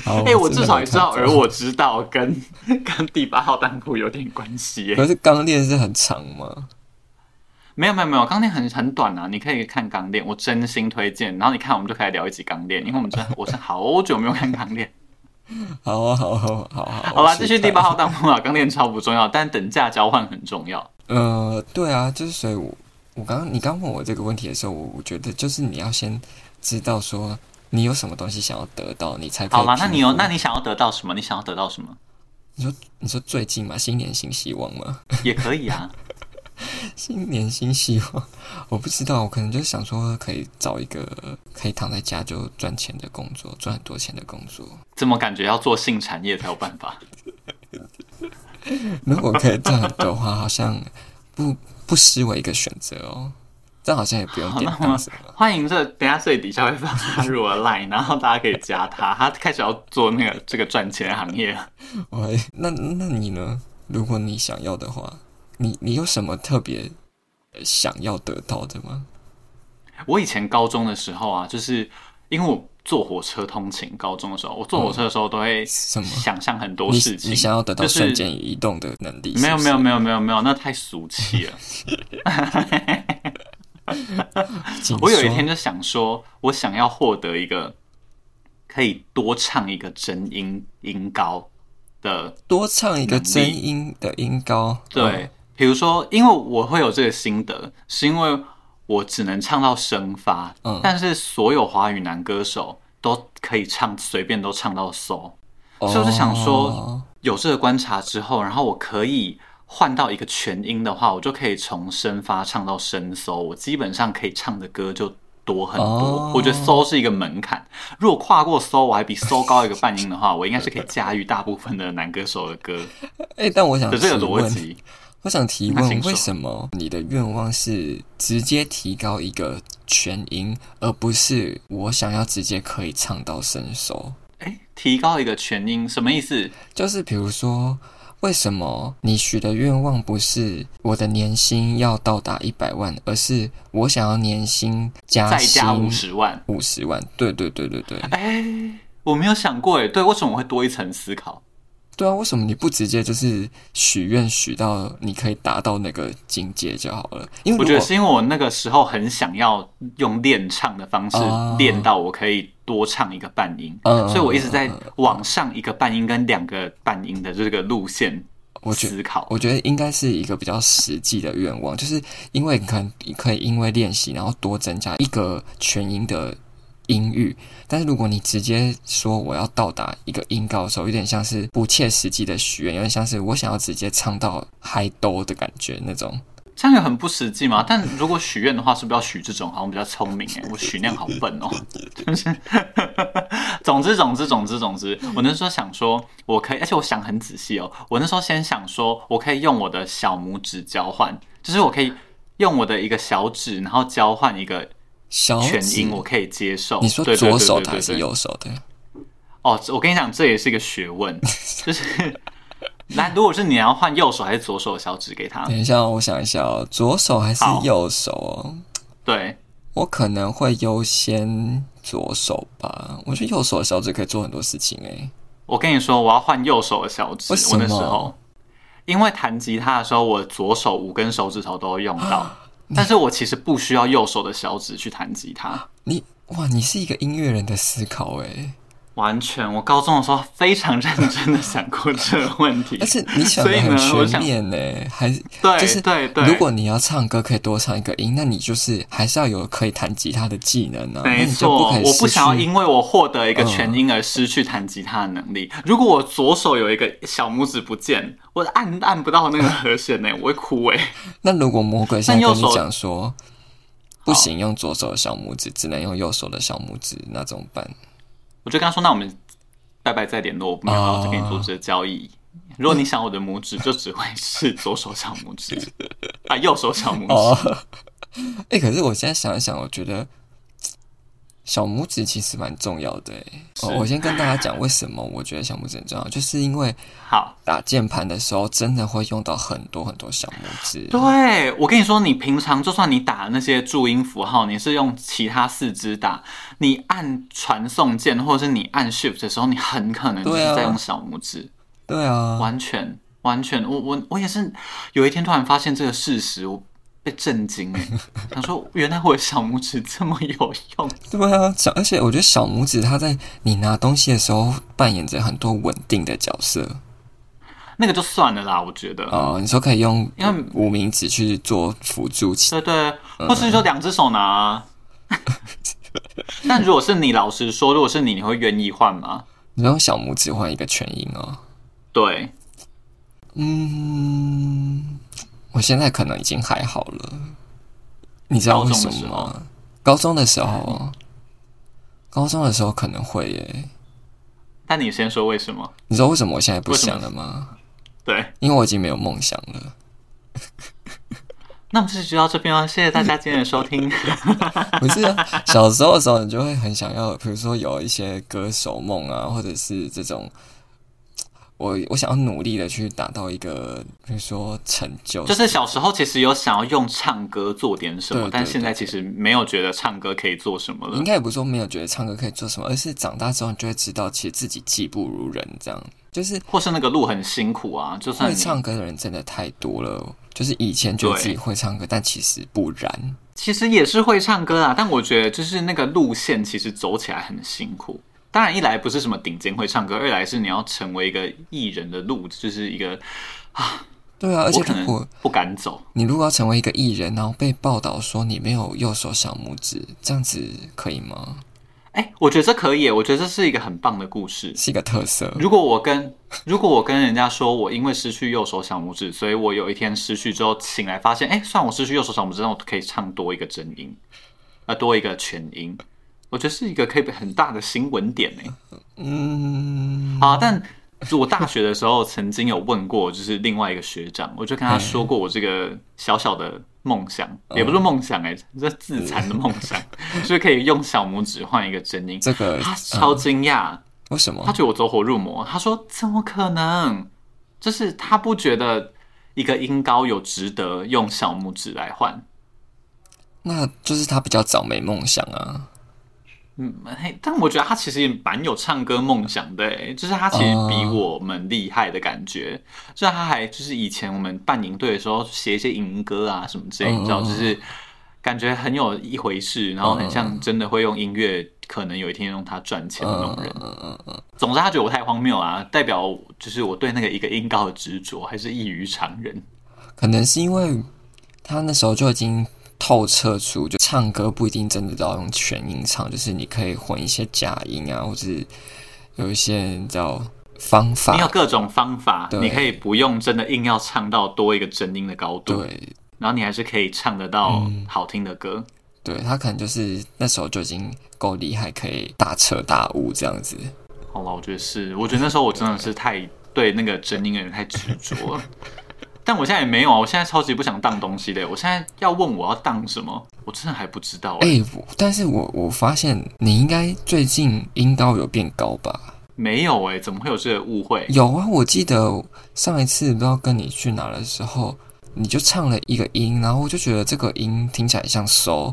Speaker 4: 哎
Speaker 3: 哎、我至少也知道，而我知道跟跟第八号弹库有点关系耶。
Speaker 4: 可是钢电是很长吗？
Speaker 3: 没有没有没有，钢炼很很短啊，你可以看钢炼，我真心推荐。然后你看，我们就可以聊一集钢炼，因为我们真的我是好久没有看钢炼。
Speaker 4: 好啊，好啊，好啊好啊好啊
Speaker 3: 好啦，
Speaker 4: 我试
Speaker 3: 继续
Speaker 4: 看
Speaker 3: 第八号弹幕啊，钢炼超不重要，但等价交换很重要。
Speaker 4: 呃，对啊，就是所以我，我刚刚你刚问我这个问题的时候，我我觉得就是你要先知道说你有什么东西想要得到，你才可以
Speaker 3: 好啦，那
Speaker 4: 评
Speaker 3: 你有
Speaker 4: 估
Speaker 3: 那你想要得到什么？你想要得到什么
Speaker 4: 你说你说最近嘛，新年新希望嘛，
Speaker 3: 也可以啊。
Speaker 4: 新年新希望， 我不知道，我可能就想说可以找一个 可以躺在家就赚钱的工作，赚很多钱的工作。
Speaker 3: 怎么感觉要做性产业才有办法？
Speaker 4: 如果可以这样的话，好像不不失为一个选择哦。但好像也不用
Speaker 3: 好，
Speaker 4: 典
Speaker 3: 那我
Speaker 4: 当
Speaker 3: 们
Speaker 4: 什么。
Speaker 3: 欢迎这等一下最底下会放他入我的 line，然后大家可以加他。他开始要做那个这个赚钱行业了。
Speaker 4: 喂，那那你呢？如果你想要的话，你你有什么特别呃想要得到的吗？
Speaker 3: 我以前高中的时候啊，就是因为我坐火车通勤，高中的时候，我坐火车的时候都会
Speaker 4: 嗯什么
Speaker 3: 想象很多
Speaker 4: 你
Speaker 3: 事情。
Speaker 4: 你想要得到
Speaker 3: 就是
Speaker 4: 瞬间移动的能力
Speaker 3: 没有没有
Speaker 4: 有，
Speaker 3: 没有没有没有，那太俗气 了。
Speaker 4: 请
Speaker 3: 我有一
Speaker 4: 说
Speaker 3: 天就想说，我想要获得一个可以多唱一个真音音高的
Speaker 4: 多唱一个
Speaker 3: 能力
Speaker 4: 真音的音高。
Speaker 3: 对，比如说，因为我会有这个心得，是因为我只能唱到声发，
Speaker 4: 嗯
Speaker 3: 但是所有华语男歌手都可以唱，随便都唱到 so。
Speaker 4: 哦，
Speaker 3: 所以我就想说
Speaker 4: 哦，
Speaker 3: 有这个观察之后，然后我可以换到一个全音的话，我就可以从声发唱到声搜，我基本上可以唱的歌就多很多。
Speaker 4: 哦
Speaker 3: 我觉得搜是一个门槛，如果跨过搜，我还比搜高一个半音的话，我应该是可以驾驭大部分的男歌手的 歌
Speaker 4: 哎、但我想
Speaker 3: 的这个
Speaker 4: 提
Speaker 3: 逻
Speaker 4: 问
Speaker 3: 辑。
Speaker 4: 我想提
Speaker 3: 那请
Speaker 4: 问，
Speaker 3: 说
Speaker 4: 为什么你的愿望是直接提高一个全音，而不是我想要直接可以唱到伸手？
Speaker 3: 哎，提高一个全音什么意思？
Speaker 4: 就是比如说，为什么你许的愿望不是我的年薪要到达一百万，而是我想要年薪加
Speaker 3: 再
Speaker 4: 薪
Speaker 3: 加五十万？
Speaker 4: 五十万？对对对对对，
Speaker 3: 哎，我没有想过哎，对，为什么我会多一层思考？
Speaker 4: 对啊，为什么你不直接就是许愿许到你可以达到那个境界就好了？因 为
Speaker 3: 我
Speaker 4: 如
Speaker 3: 觉得
Speaker 4: 果
Speaker 3: 是因为我那个时候很想要用练唱的方式
Speaker 4: 哦
Speaker 3: 练到我可以多唱一个半音，
Speaker 4: 嗯
Speaker 3: 所以我一直在往上一个半音跟两个半音的这个路线
Speaker 4: 我觉
Speaker 3: 思考。
Speaker 4: 我觉得应该是一个比较实际的愿望，就是因为可能可以因为练习，然后多增加一个全音的音域。但是如果你直接说我要到达一个音高的时候，有点像是不切实际的许愿，有点像是我想要直接唱到嗨兜的感觉那种。
Speaker 3: 这样也很不实际嘛。但如果许愿的话，是不是要许这种？好像比较聪明哎，我许那样好笨哦。就是 总之，总之，总之，总之，我那时候想说，我可以，而且我想很仔细哦。我那时候先想说，我可以用我的小拇指交换，就是我可以用我的一个小指，然后交换一个
Speaker 4: 小
Speaker 3: 全
Speaker 4: 指
Speaker 3: 音，我可以接受。
Speaker 4: 哦你说
Speaker 3: 对
Speaker 4: 左手的
Speaker 3: 对对
Speaker 4: 还？
Speaker 3: 对
Speaker 4: 是
Speaker 3: 对对
Speaker 4: 右手的？
Speaker 3: 哦，这我跟你讲，这也是一个学问，就是。 那如果是你要换右手还是左手的小指给他？
Speaker 4: 等一下哦，我想一下哦，左手还是
Speaker 3: 好
Speaker 4: 右手哦？
Speaker 3: 对，
Speaker 4: 我可能会优先左手吧，我觉得右手的小指可以做很多事情欸诶、
Speaker 3: 我跟你说，我要换右手的小指。
Speaker 4: 为什
Speaker 3: 我那
Speaker 4: 么
Speaker 3: 时候，因为弹吉他的时候，我左手五根手指头都会用到，
Speaker 4: 啊
Speaker 3: 但是我其实不需要右手的小指去弹吉他。
Speaker 4: 你哇，你是一个音乐人的思考欸诶、
Speaker 3: 完全，我高中的时候非常认真的想过这个问 题。
Speaker 4: 但是你想的
Speaker 3: 所以呢
Speaker 4: 很
Speaker 3: 我
Speaker 4: 全
Speaker 3: 想
Speaker 4: 面啊呢、还是
Speaker 3: 对
Speaker 4: 就是
Speaker 3: 对对
Speaker 4: 如果你要唱歌，可以多唱一个音，那你就是还是要有可以弹吉他的技能啊，那
Speaker 3: 没
Speaker 4: 你就不
Speaker 3: 错，
Speaker 4: 可以
Speaker 3: 我不
Speaker 4: 失
Speaker 3: 想要
Speaker 4: 去
Speaker 3: 因为我获得一个全音而失去弹吉他的能力。如果我左手有一个小拇指不见，我按按不到那个和弦呢、我会哭哎、
Speaker 4: 那如果魔鬼现
Speaker 3: 那
Speaker 4: 在
Speaker 3: 右
Speaker 4: 跟你
Speaker 3: 手
Speaker 4: 讲说，不行，用左手的小拇指，只能用右手的小拇指，那怎么办？
Speaker 3: 我就跟他说，那我们拜拜再联络，我没有
Speaker 4: 哦
Speaker 3: 办法再跟你做这个交易。如果你想我的拇指，就只会是左手小拇 指啊，右手小拇指。
Speaker 4: 哦， 哎、可是我现在想一想，我觉得小拇指其实蛮重要的、欸。哦，我先跟大家讲为什么我觉得小拇指很重要，就是因为
Speaker 3: 好，
Speaker 4: 打键盘的时候真的会用到很多很多小拇指。
Speaker 3: 对我跟你说，你平常就算你打那些注音符号，你是用其他四肢打，你按传送键或者是你按 Shift 的时候，你很可能就是
Speaker 4: 对啊
Speaker 3: 在用小拇指。
Speaker 4: 对啊，
Speaker 3: 完全完全，我我我也是有一天突然发现这个事实，我被震惊 哎，想说原来我的小拇指这么有用，
Speaker 4: 对啊，小而且我觉得小拇指它在你拿东西的时候扮演着很多稳定的角色。
Speaker 3: 那个就算了啦，我觉得。
Speaker 4: 哦，你说可以用
Speaker 3: 因为
Speaker 4: 无名指去做辅助器
Speaker 3: 对对，
Speaker 4: 嗯
Speaker 3: 或是说两只手拿 啊、但如果是你，老实说，如果是你，你会愿意换吗？
Speaker 4: 你用小拇指换一个全音哦。
Speaker 3: 对，
Speaker 4: 嗯，我现在可能已经还好了。你知道为
Speaker 3: 高
Speaker 4: 什
Speaker 3: 中的时
Speaker 4: 么
Speaker 3: 候
Speaker 4: 吗？高中的时候，啊高中的时候可能会耶。
Speaker 3: 但你先说为什么？
Speaker 4: 你知道为什么我现在不
Speaker 3: 为什么
Speaker 4: 想了吗？
Speaker 3: 对，
Speaker 4: 因为我已经没有梦想了。
Speaker 3: 那我们这集就到这边了，谢谢大家今天的收
Speaker 4: 嗯
Speaker 3: 听。
Speaker 4: 不是、啊、小时候的时候，你就会很想要，比如说有一些歌手梦啊，或者是这种，我我想要努力的去达到一个，比如说成 就，
Speaker 3: 就是小时候其实有想要用唱歌做点什么，
Speaker 4: 对对
Speaker 3: 但现在
Speaker 4: 对
Speaker 3: 其实没有觉得唱歌可以做什么了
Speaker 4: 应。该也不是说没有觉得唱歌可以做什么，而是长大之后你就会知道，其实自己技不如人，这样就是
Speaker 3: 或是那个路很辛苦啊，就算
Speaker 4: 会
Speaker 3: 你
Speaker 4: 唱歌的人真的太多了。就是以前觉得
Speaker 3: 对
Speaker 4: 自己会唱歌，但其实不然。
Speaker 3: 其实也是会唱歌啊，但我觉得就是那个路线其实走起来很辛苦。当然，一来不是什么顶尖会唱歌，二来是你要成为一个艺人的路，就是一个
Speaker 4: 对啊，而且
Speaker 3: 我可
Speaker 4: 如果
Speaker 3: 能不敢走。
Speaker 4: 你如果要成为一个艺人，然后被报道说你没有右手小拇指，这样子可以吗？
Speaker 3: 哎、我觉得这可以耶，我觉得这是一个很棒的故事。
Speaker 4: 是一个特色。
Speaker 3: 如果我跟如果我跟人家说我因为失去右手小拇指，所以我有一天失去之后醒来发现，哎、算我失去右手小拇指，那我可以唱多一个真音，啊、多一个全音，我觉得是一个可以很大的新闻点呢。
Speaker 4: 嗯，
Speaker 3: 啊，但我大学的时候曾经有问过，就是另外一个学长，我就跟他说过我这个小小的梦想，也
Speaker 4: 嗯
Speaker 3: 不是梦想哎、这自残的梦想， 就是可以用小拇指换一个真音。
Speaker 4: 这个嗯
Speaker 3: 他超惊讶，
Speaker 4: 为什
Speaker 3: 他
Speaker 4: 么？
Speaker 3: 觉得我走火入魔。他说怎么可能？就是他不觉得一个音高有值得用小拇指来换。
Speaker 4: 那就是他比较早没梦想啊。
Speaker 3: 嗯，嘿，但我觉得他其实也蛮有唱歌梦想的欸，就是他其实比
Speaker 4: 嗯
Speaker 3: 我们厉害的感觉。就是他还就是以前我们办营队的时候写一些营歌啊什么之类，
Speaker 4: 嗯
Speaker 3: 你知道，
Speaker 4: 嗯嗯
Speaker 3: 就是感觉很有一回事，然后很
Speaker 4: 嗯
Speaker 3: 像真的会用音乐，可能有一天用它赚钱的那种人。
Speaker 4: 嗯
Speaker 3: 总之，他觉得我太荒谬啊，代表就是我对那个一个音高的执着还是异于常人。
Speaker 4: 可能是因为他那时候就已经透彻出，就唱歌不一定真的都要用全音唱，就是你可以混一些假音啊，或者是有一些你知道方
Speaker 3: 你有
Speaker 4: 法。
Speaker 3: 各种方法，
Speaker 4: 对
Speaker 3: 你可以不用真的硬要唱到多一个真音的高度，
Speaker 4: 对，
Speaker 3: 然后你还是可以唱得到
Speaker 4: 嗯
Speaker 3: 好听的歌。
Speaker 4: 对他可能就是那时候就已经够厉害，可以大彻大悟这样子。
Speaker 3: 好了，我觉得是，我觉得那时候我真的是太对那个真音的人太执 着了。但我现在也没有啊，我现在超级不想当东西的。我现在要问我要当什么，我真的还不知道、欸。
Speaker 4: 哎、我但是我我发现你应该最近音高有变高吧？
Speaker 3: 没有哎、怎么会有这个误会？
Speaker 4: 有啊，我记得上一次不知道跟你去哪的时候，你就唱了一个音，然后我就觉得这个音听起来像收，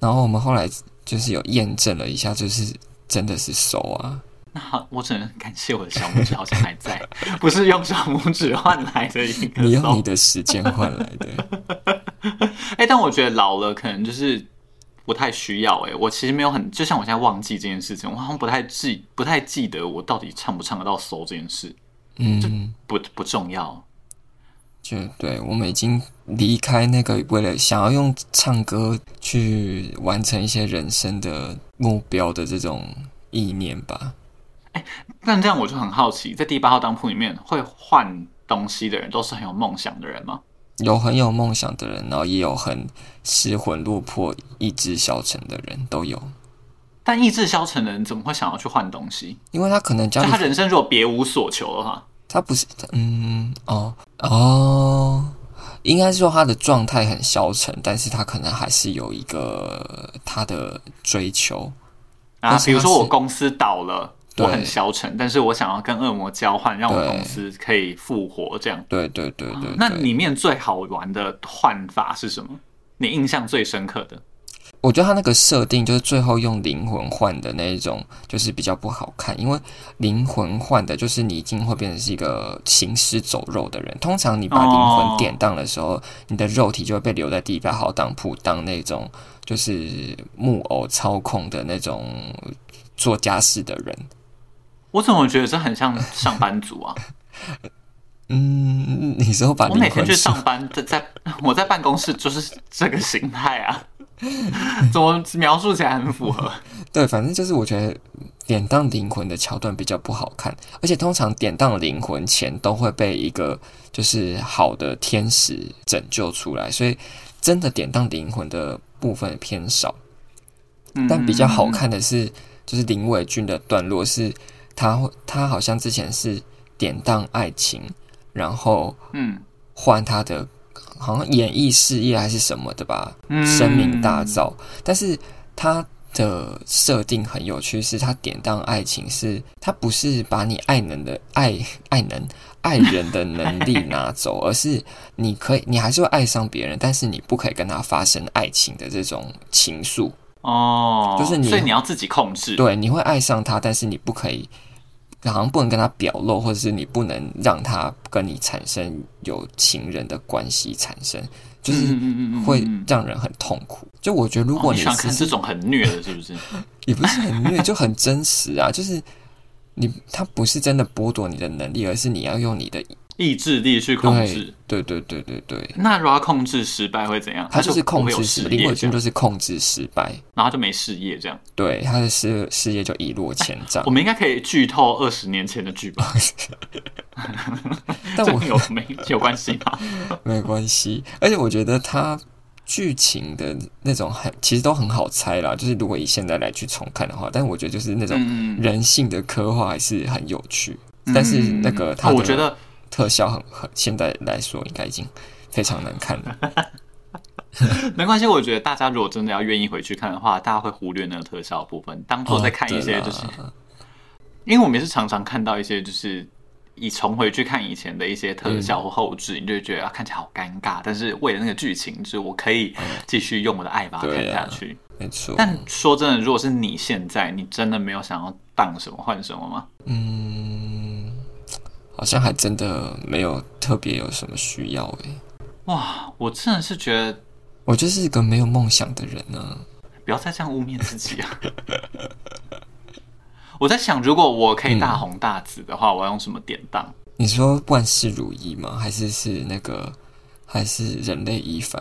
Speaker 4: 然后我们后来就是有验证了一下，就是真的是收啊。
Speaker 3: 那我只能感谢我的小拇指，好像还在，不是用小拇指换来的一个
Speaker 4: 你用
Speaker 3: 骚
Speaker 4: 你的时间换来的，
Speaker 3: 哎、但我觉得老了可能就是不太需要哎、我其实没有很，就像我现在忘记这件事情，我好像不太记不太记得我到底唱不唱得到 soul 这件事，
Speaker 4: 嗯，
Speaker 3: 不不重要。
Speaker 4: 就对，我们已经离开那个为了想要用唱歌去完成一些人生的目标的这种意念吧。
Speaker 3: 但这样我就很好奇，在第八号当铺里面会换东西的人都是很有梦想的人吗？
Speaker 4: 有很有梦想的人，然后也有很失魂落魄、意志消沉的人，都有。
Speaker 3: 但意志消沉的人怎么会想要去换东西？
Speaker 4: 因为他可能家
Speaker 3: 就他
Speaker 4: 里
Speaker 3: 人生如果别无所求的话，
Speaker 4: 他不是嗯哦哦，应该是说他的状态很消沉，但是他可能还是有一个他的追求。但
Speaker 3: 啊，
Speaker 4: 是他
Speaker 3: 比如说我
Speaker 4: 是
Speaker 3: 公司倒了。
Speaker 4: 对
Speaker 3: 我很消沉，但是我想要跟恶魔交换，让我
Speaker 4: 对
Speaker 3: 公司可以复活，这样。
Speaker 4: 对对对对对，
Speaker 3: 嗯那里面最好玩的换法是什么？你印象最深刻的？
Speaker 4: 我觉得他那个设定就是最后用灵魂换的那一种，就是比较不好看，因为灵魂换的就是你已经会变成是一个行尸走肉的人。通常你把灵魂典当的时候，你的肉体就会被留在第八号当铺当那种就是木偶操控的那种做家事的人。
Speaker 3: 我怎么觉得这很像上班族 啊？
Speaker 4: 嗯，你说把
Speaker 3: 我
Speaker 4: 灵
Speaker 3: 每天
Speaker 4: 魂
Speaker 3: 去上班，在在我在办公室就是这个形态啊， 怎么描述起来很符合？
Speaker 4: 对，反正就是我觉得典当灵魂的桥段比较不好看，而且通常典当灵魂前都会被一个就是好的天使拯救出来，所以真的典当灵魂的部分偏少。
Speaker 3: 嗯
Speaker 4: 但比较好，看的是，就是林伟俊的段落是，他会他好像之前是典当爱情，然后
Speaker 3: 嗯，
Speaker 4: 换他的好像演艺事业还是什么的吧，
Speaker 3: 嗯
Speaker 4: 声名大噪。但是他的设定很有趣，是他典当爱情是，他不是把你爱能的爱爱能爱人的能力 拿走，而是你可以你还是会爱上别人，但是你不可以跟他发生爱情的这种情愫。
Speaker 3: 哦，
Speaker 4: 就是你
Speaker 3: 所以你要自己控制，，
Speaker 4: 对，你会爱上他，但是你不可以，好像不能跟他表露，或者是你不能让他跟你产生有情人的关系产生，就是
Speaker 3: 嗯嗯嗯嗯
Speaker 4: 会
Speaker 3: 嗯
Speaker 4: 让人很痛苦。就我觉得，如
Speaker 3: 哦、
Speaker 4: 果
Speaker 3: 你
Speaker 4: 你
Speaker 3: 喜欢
Speaker 4: 只
Speaker 3: 看
Speaker 4: 是、
Speaker 3: 这种很虐的，是 不是？
Speaker 4: 也不是很虐，就很真实啊， 就是你他不是真的剥夺你的能力，而是你要用你的
Speaker 3: 意志力去控
Speaker 4: 对
Speaker 3: 制。
Speaker 4: 对对对对对，
Speaker 3: 那如果他控制失败会怎样？
Speaker 4: 他就是
Speaker 3: 不会
Speaker 4: 控
Speaker 3: 有
Speaker 4: 制
Speaker 3: 事
Speaker 4: 失，
Speaker 3: 业
Speaker 4: 林伟
Speaker 3: 这
Speaker 4: 君
Speaker 3: 样
Speaker 4: 就是控制失败，
Speaker 3: 然后他就没事业这样。
Speaker 4: 对他的事事业就一落千丈
Speaker 3: 我。们应该可以剧透二十年前的剧吧？
Speaker 4: 但
Speaker 3: 这
Speaker 4: 我
Speaker 3: 有没 有关系吗？
Speaker 4: 没关系，而且我觉得它剧情的那种很其实都很好猜啦，就是如果以现在来去重看的话，但我觉得就是那种
Speaker 3: 嗯
Speaker 4: 人性的刻画还是很有趣，但是那个它
Speaker 3: 哦
Speaker 4: 的
Speaker 3: 我觉得
Speaker 4: 特效很很现在来说应该已经非常难看 了。
Speaker 3: 没关系。我觉得大家如果真的要愿意回去看的话，大家会忽略那个特效的部分，当做在看一些
Speaker 4: 哦对啦
Speaker 3: 就是，因为我们也是常常看到一些就是。以重回去看以前的一些特
Speaker 4: 嗯
Speaker 3: 效或后置，你就会觉得啊看起来好尴尬。但是为了那个剧情，就是我可以继续用我的爱把它看
Speaker 4: 嗯对啊
Speaker 3: 下去。
Speaker 4: 没错，
Speaker 3: 但说真的，如果是你现在，你真的没有想要当什么换什么吗？
Speaker 4: 嗯，好像还真的没有特别有什么需要诶、欸
Speaker 3: 哇，我真的是觉得
Speaker 4: 我就是个没有梦想的人啊呢、
Speaker 3: 不要再这样污蔑自己啊！ 我在想，如果我可以大红大紫的话，我要用什么典当？
Speaker 4: 你说万事如意吗？还是是那个，还是人类一凡？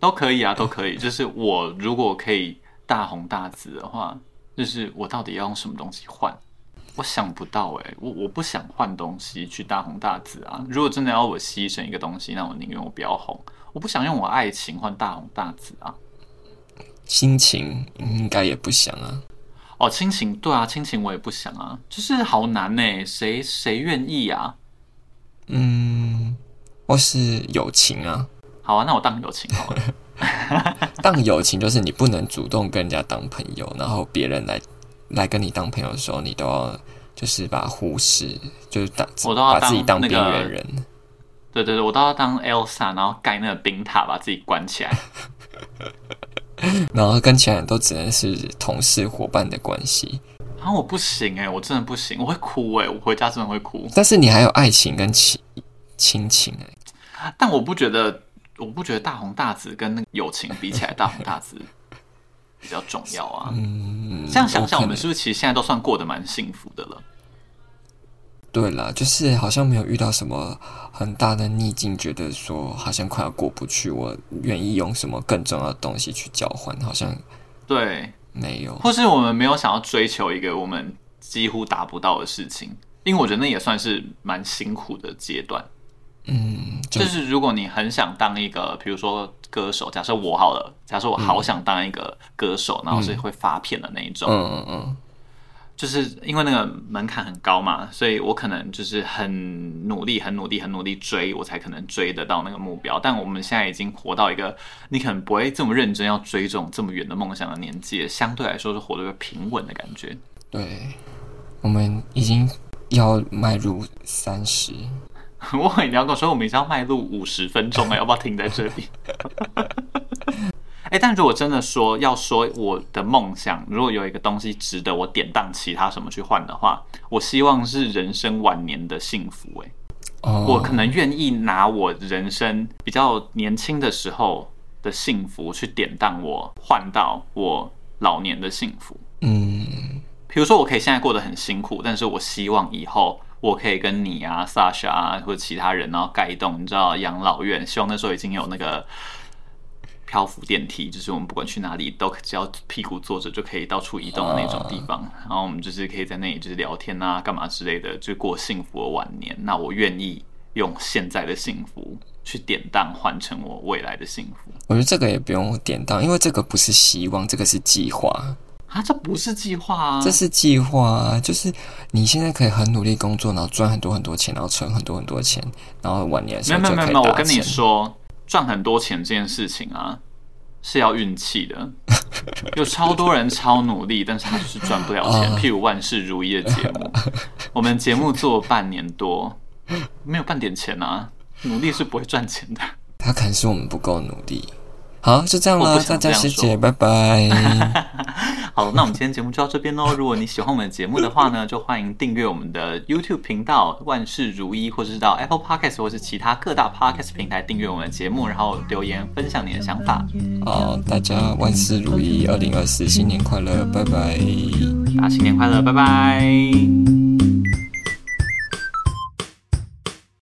Speaker 3: 都可以啊，都可以。就是我如果可以大红大紫的话，就是我到底要用什么东西换？我想不到哎、我我不想换东西去大红大紫啊。如果真的要我牺牲一个东西，那我宁愿我不要红，我不想用我爱情换大红大紫啊。
Speaker 4: 心情应该也不想啊。
Speaker 3: 哦，亲情对啊，亲情我也不想啊，就是好难呢、谁谁愿意啊？
Speaker 4: 嗯，或是友情啊。
Speaker 3: 好啊，那我当友情好了。
Speaker 4: 当友情就是你不能主动跟人家当朋友，然后别人来来跟你当朋友的时候，你都要就是把它忽视，就是打
Speaker 3: 我都要
Speaker 4: 把自己当
Speaker 3: 当那
Speaker 4: 边
Speaker 3: 个
Speaker 4: 缘人。
Speaker 3: 对对对，我都要当 Elsa，然后盖那个冰塔把自己关起来。
Speaker 4: 然后跟其他人都只能是同事伙伴的关系。
Speaker 3: 啊，我不行哎、我真的不行，我会哭哎、我回家真的会哭。
Speaker 4: 但是你还有爱情跟亲亲情欸
Speaker 3: 啊但我不觉得，我不觉得大红大紫跟那个友情比起来，大红大紫 比较重要啊。
Speaker 4: 嗯，
Speaker 3: 这样想想，
Speaker 4: 可
Speaker 3: 我们
Speaker 4: 能
Speaker 3: 是不是其实现在都算过得蛮幸福的了？
Speaker 4: 对啦，就是好像没有遇到什么很大的逆境，觉得说好像快要过不去，我愿意用什么更重要的东西去交换，好像
Speaker 3: 对，
Speaker 4: 没有。
Speaker 3: 或是我们没有想要追求一个我们几乎达不到的事情，因为我觉得那也算是蛮辛苦的阶段。
Speaker 4: 嗯，就
Speaker 3: 就是如果你很想当一个，比如说歌手，假设我好了，假设我好想当一个歌手，然后是会发片的那一种，
Speaker 4: 嗯嗯嗯嗯，
Speaker 3: 就是因为那个门槛很高嘛，所以我可能就是很努力、很努力、很努力追，我才可能追得到那个目标。但我们现在已经活到一个你可能不会这么认真要追这种这么远的梦想的年纪了，相对来说是活得比较平稳的感觉。
Speaker 4: 对，我们已经要迈入三十，
Speaker 3: 我很你要跟我说，我们已经要迈入五十分钟了，要不要停在这里？ 哎、但如果真的说要说我的梦想，如果有一个东西值得我典当其他什么去换的话，我希望是人生晚年的幸福、哎，
Speaker 4: 哦，
Speaker 3: 我可能愿意拿我人生比较年轻的时候的幸福去典当我换到我老年的幸福。
Speaker 4: 嗯，
Speaker 3: 比如说，我可以现在过得很辛苦，但是我希望以后我可以跟你啊、Sasha 啊或者其他人，然后盖一栋你知道养老院，希望那时候已经有那个漂浮电梯，就是我们不管去哪里都只要屁股坐着就可以到处移动的那种地方。然后我们就是可以在那里就是聊天啊、干嘛之类的，就过幸福的晚年。那我愿意用现在的幸福去典当，换成我未来的幸福
Speaker 4: 我觉得这个也不用典当，因为这个不是希望，这个是计划。
Speaker 3: 啊！这不是计划啊，
Speaker 4: 这是计划啊，就是你现在可以很努力工作，然后赚很多很多钱，然后存很多很多钱，然后晚年的时
Speaker 3: 没有没
Speaker 4: 候就
Speaker 3: 有没
Speaker 4: 可
Speaker 3: 有
Speaker 4: 以
Speaker 3: 没有，我
Speaker 4: 达
Speaker 3: 跟你
Speaker 4: 成。
Speaker 3: 说，赚很多钱这件事情啊，是要运气 的。有超多人超努力，但是他就是赚不了
Speaker 4: 哦
Speaker 3: 钱。譬如万事如意的节 目，我们节目做半年多，没有半点钱啊，努力是不会赚钱的。
Speaker 4: 他可能是我们不够努力。好，就这样
Speaker 3: 我
Speaker 4: 了
Speaker 3: 不，
Speaker 4: 大
Speaker 3: 想
Speaker 4: 家
Speaker 3: 这样
Speaker 4: 谢
Speaker 3: 说
Speaker 4: 谢，拜拜。
Speaker 3: 好，那我们今天节目就到这边喽。如果你喜欢我们的节目的话呢，就欢迎订阅我们的 YouTube 频道“万事如意”，或者是到 Apple Podcast 或是其他各大 Podcast 平台订阅我们的节目，然后留言分享你的想法。
Speaker 4: 好，大家万事如意，二零二四新年快乐，拜拜。
Speaker 3: 大家新年快乐，拜拜。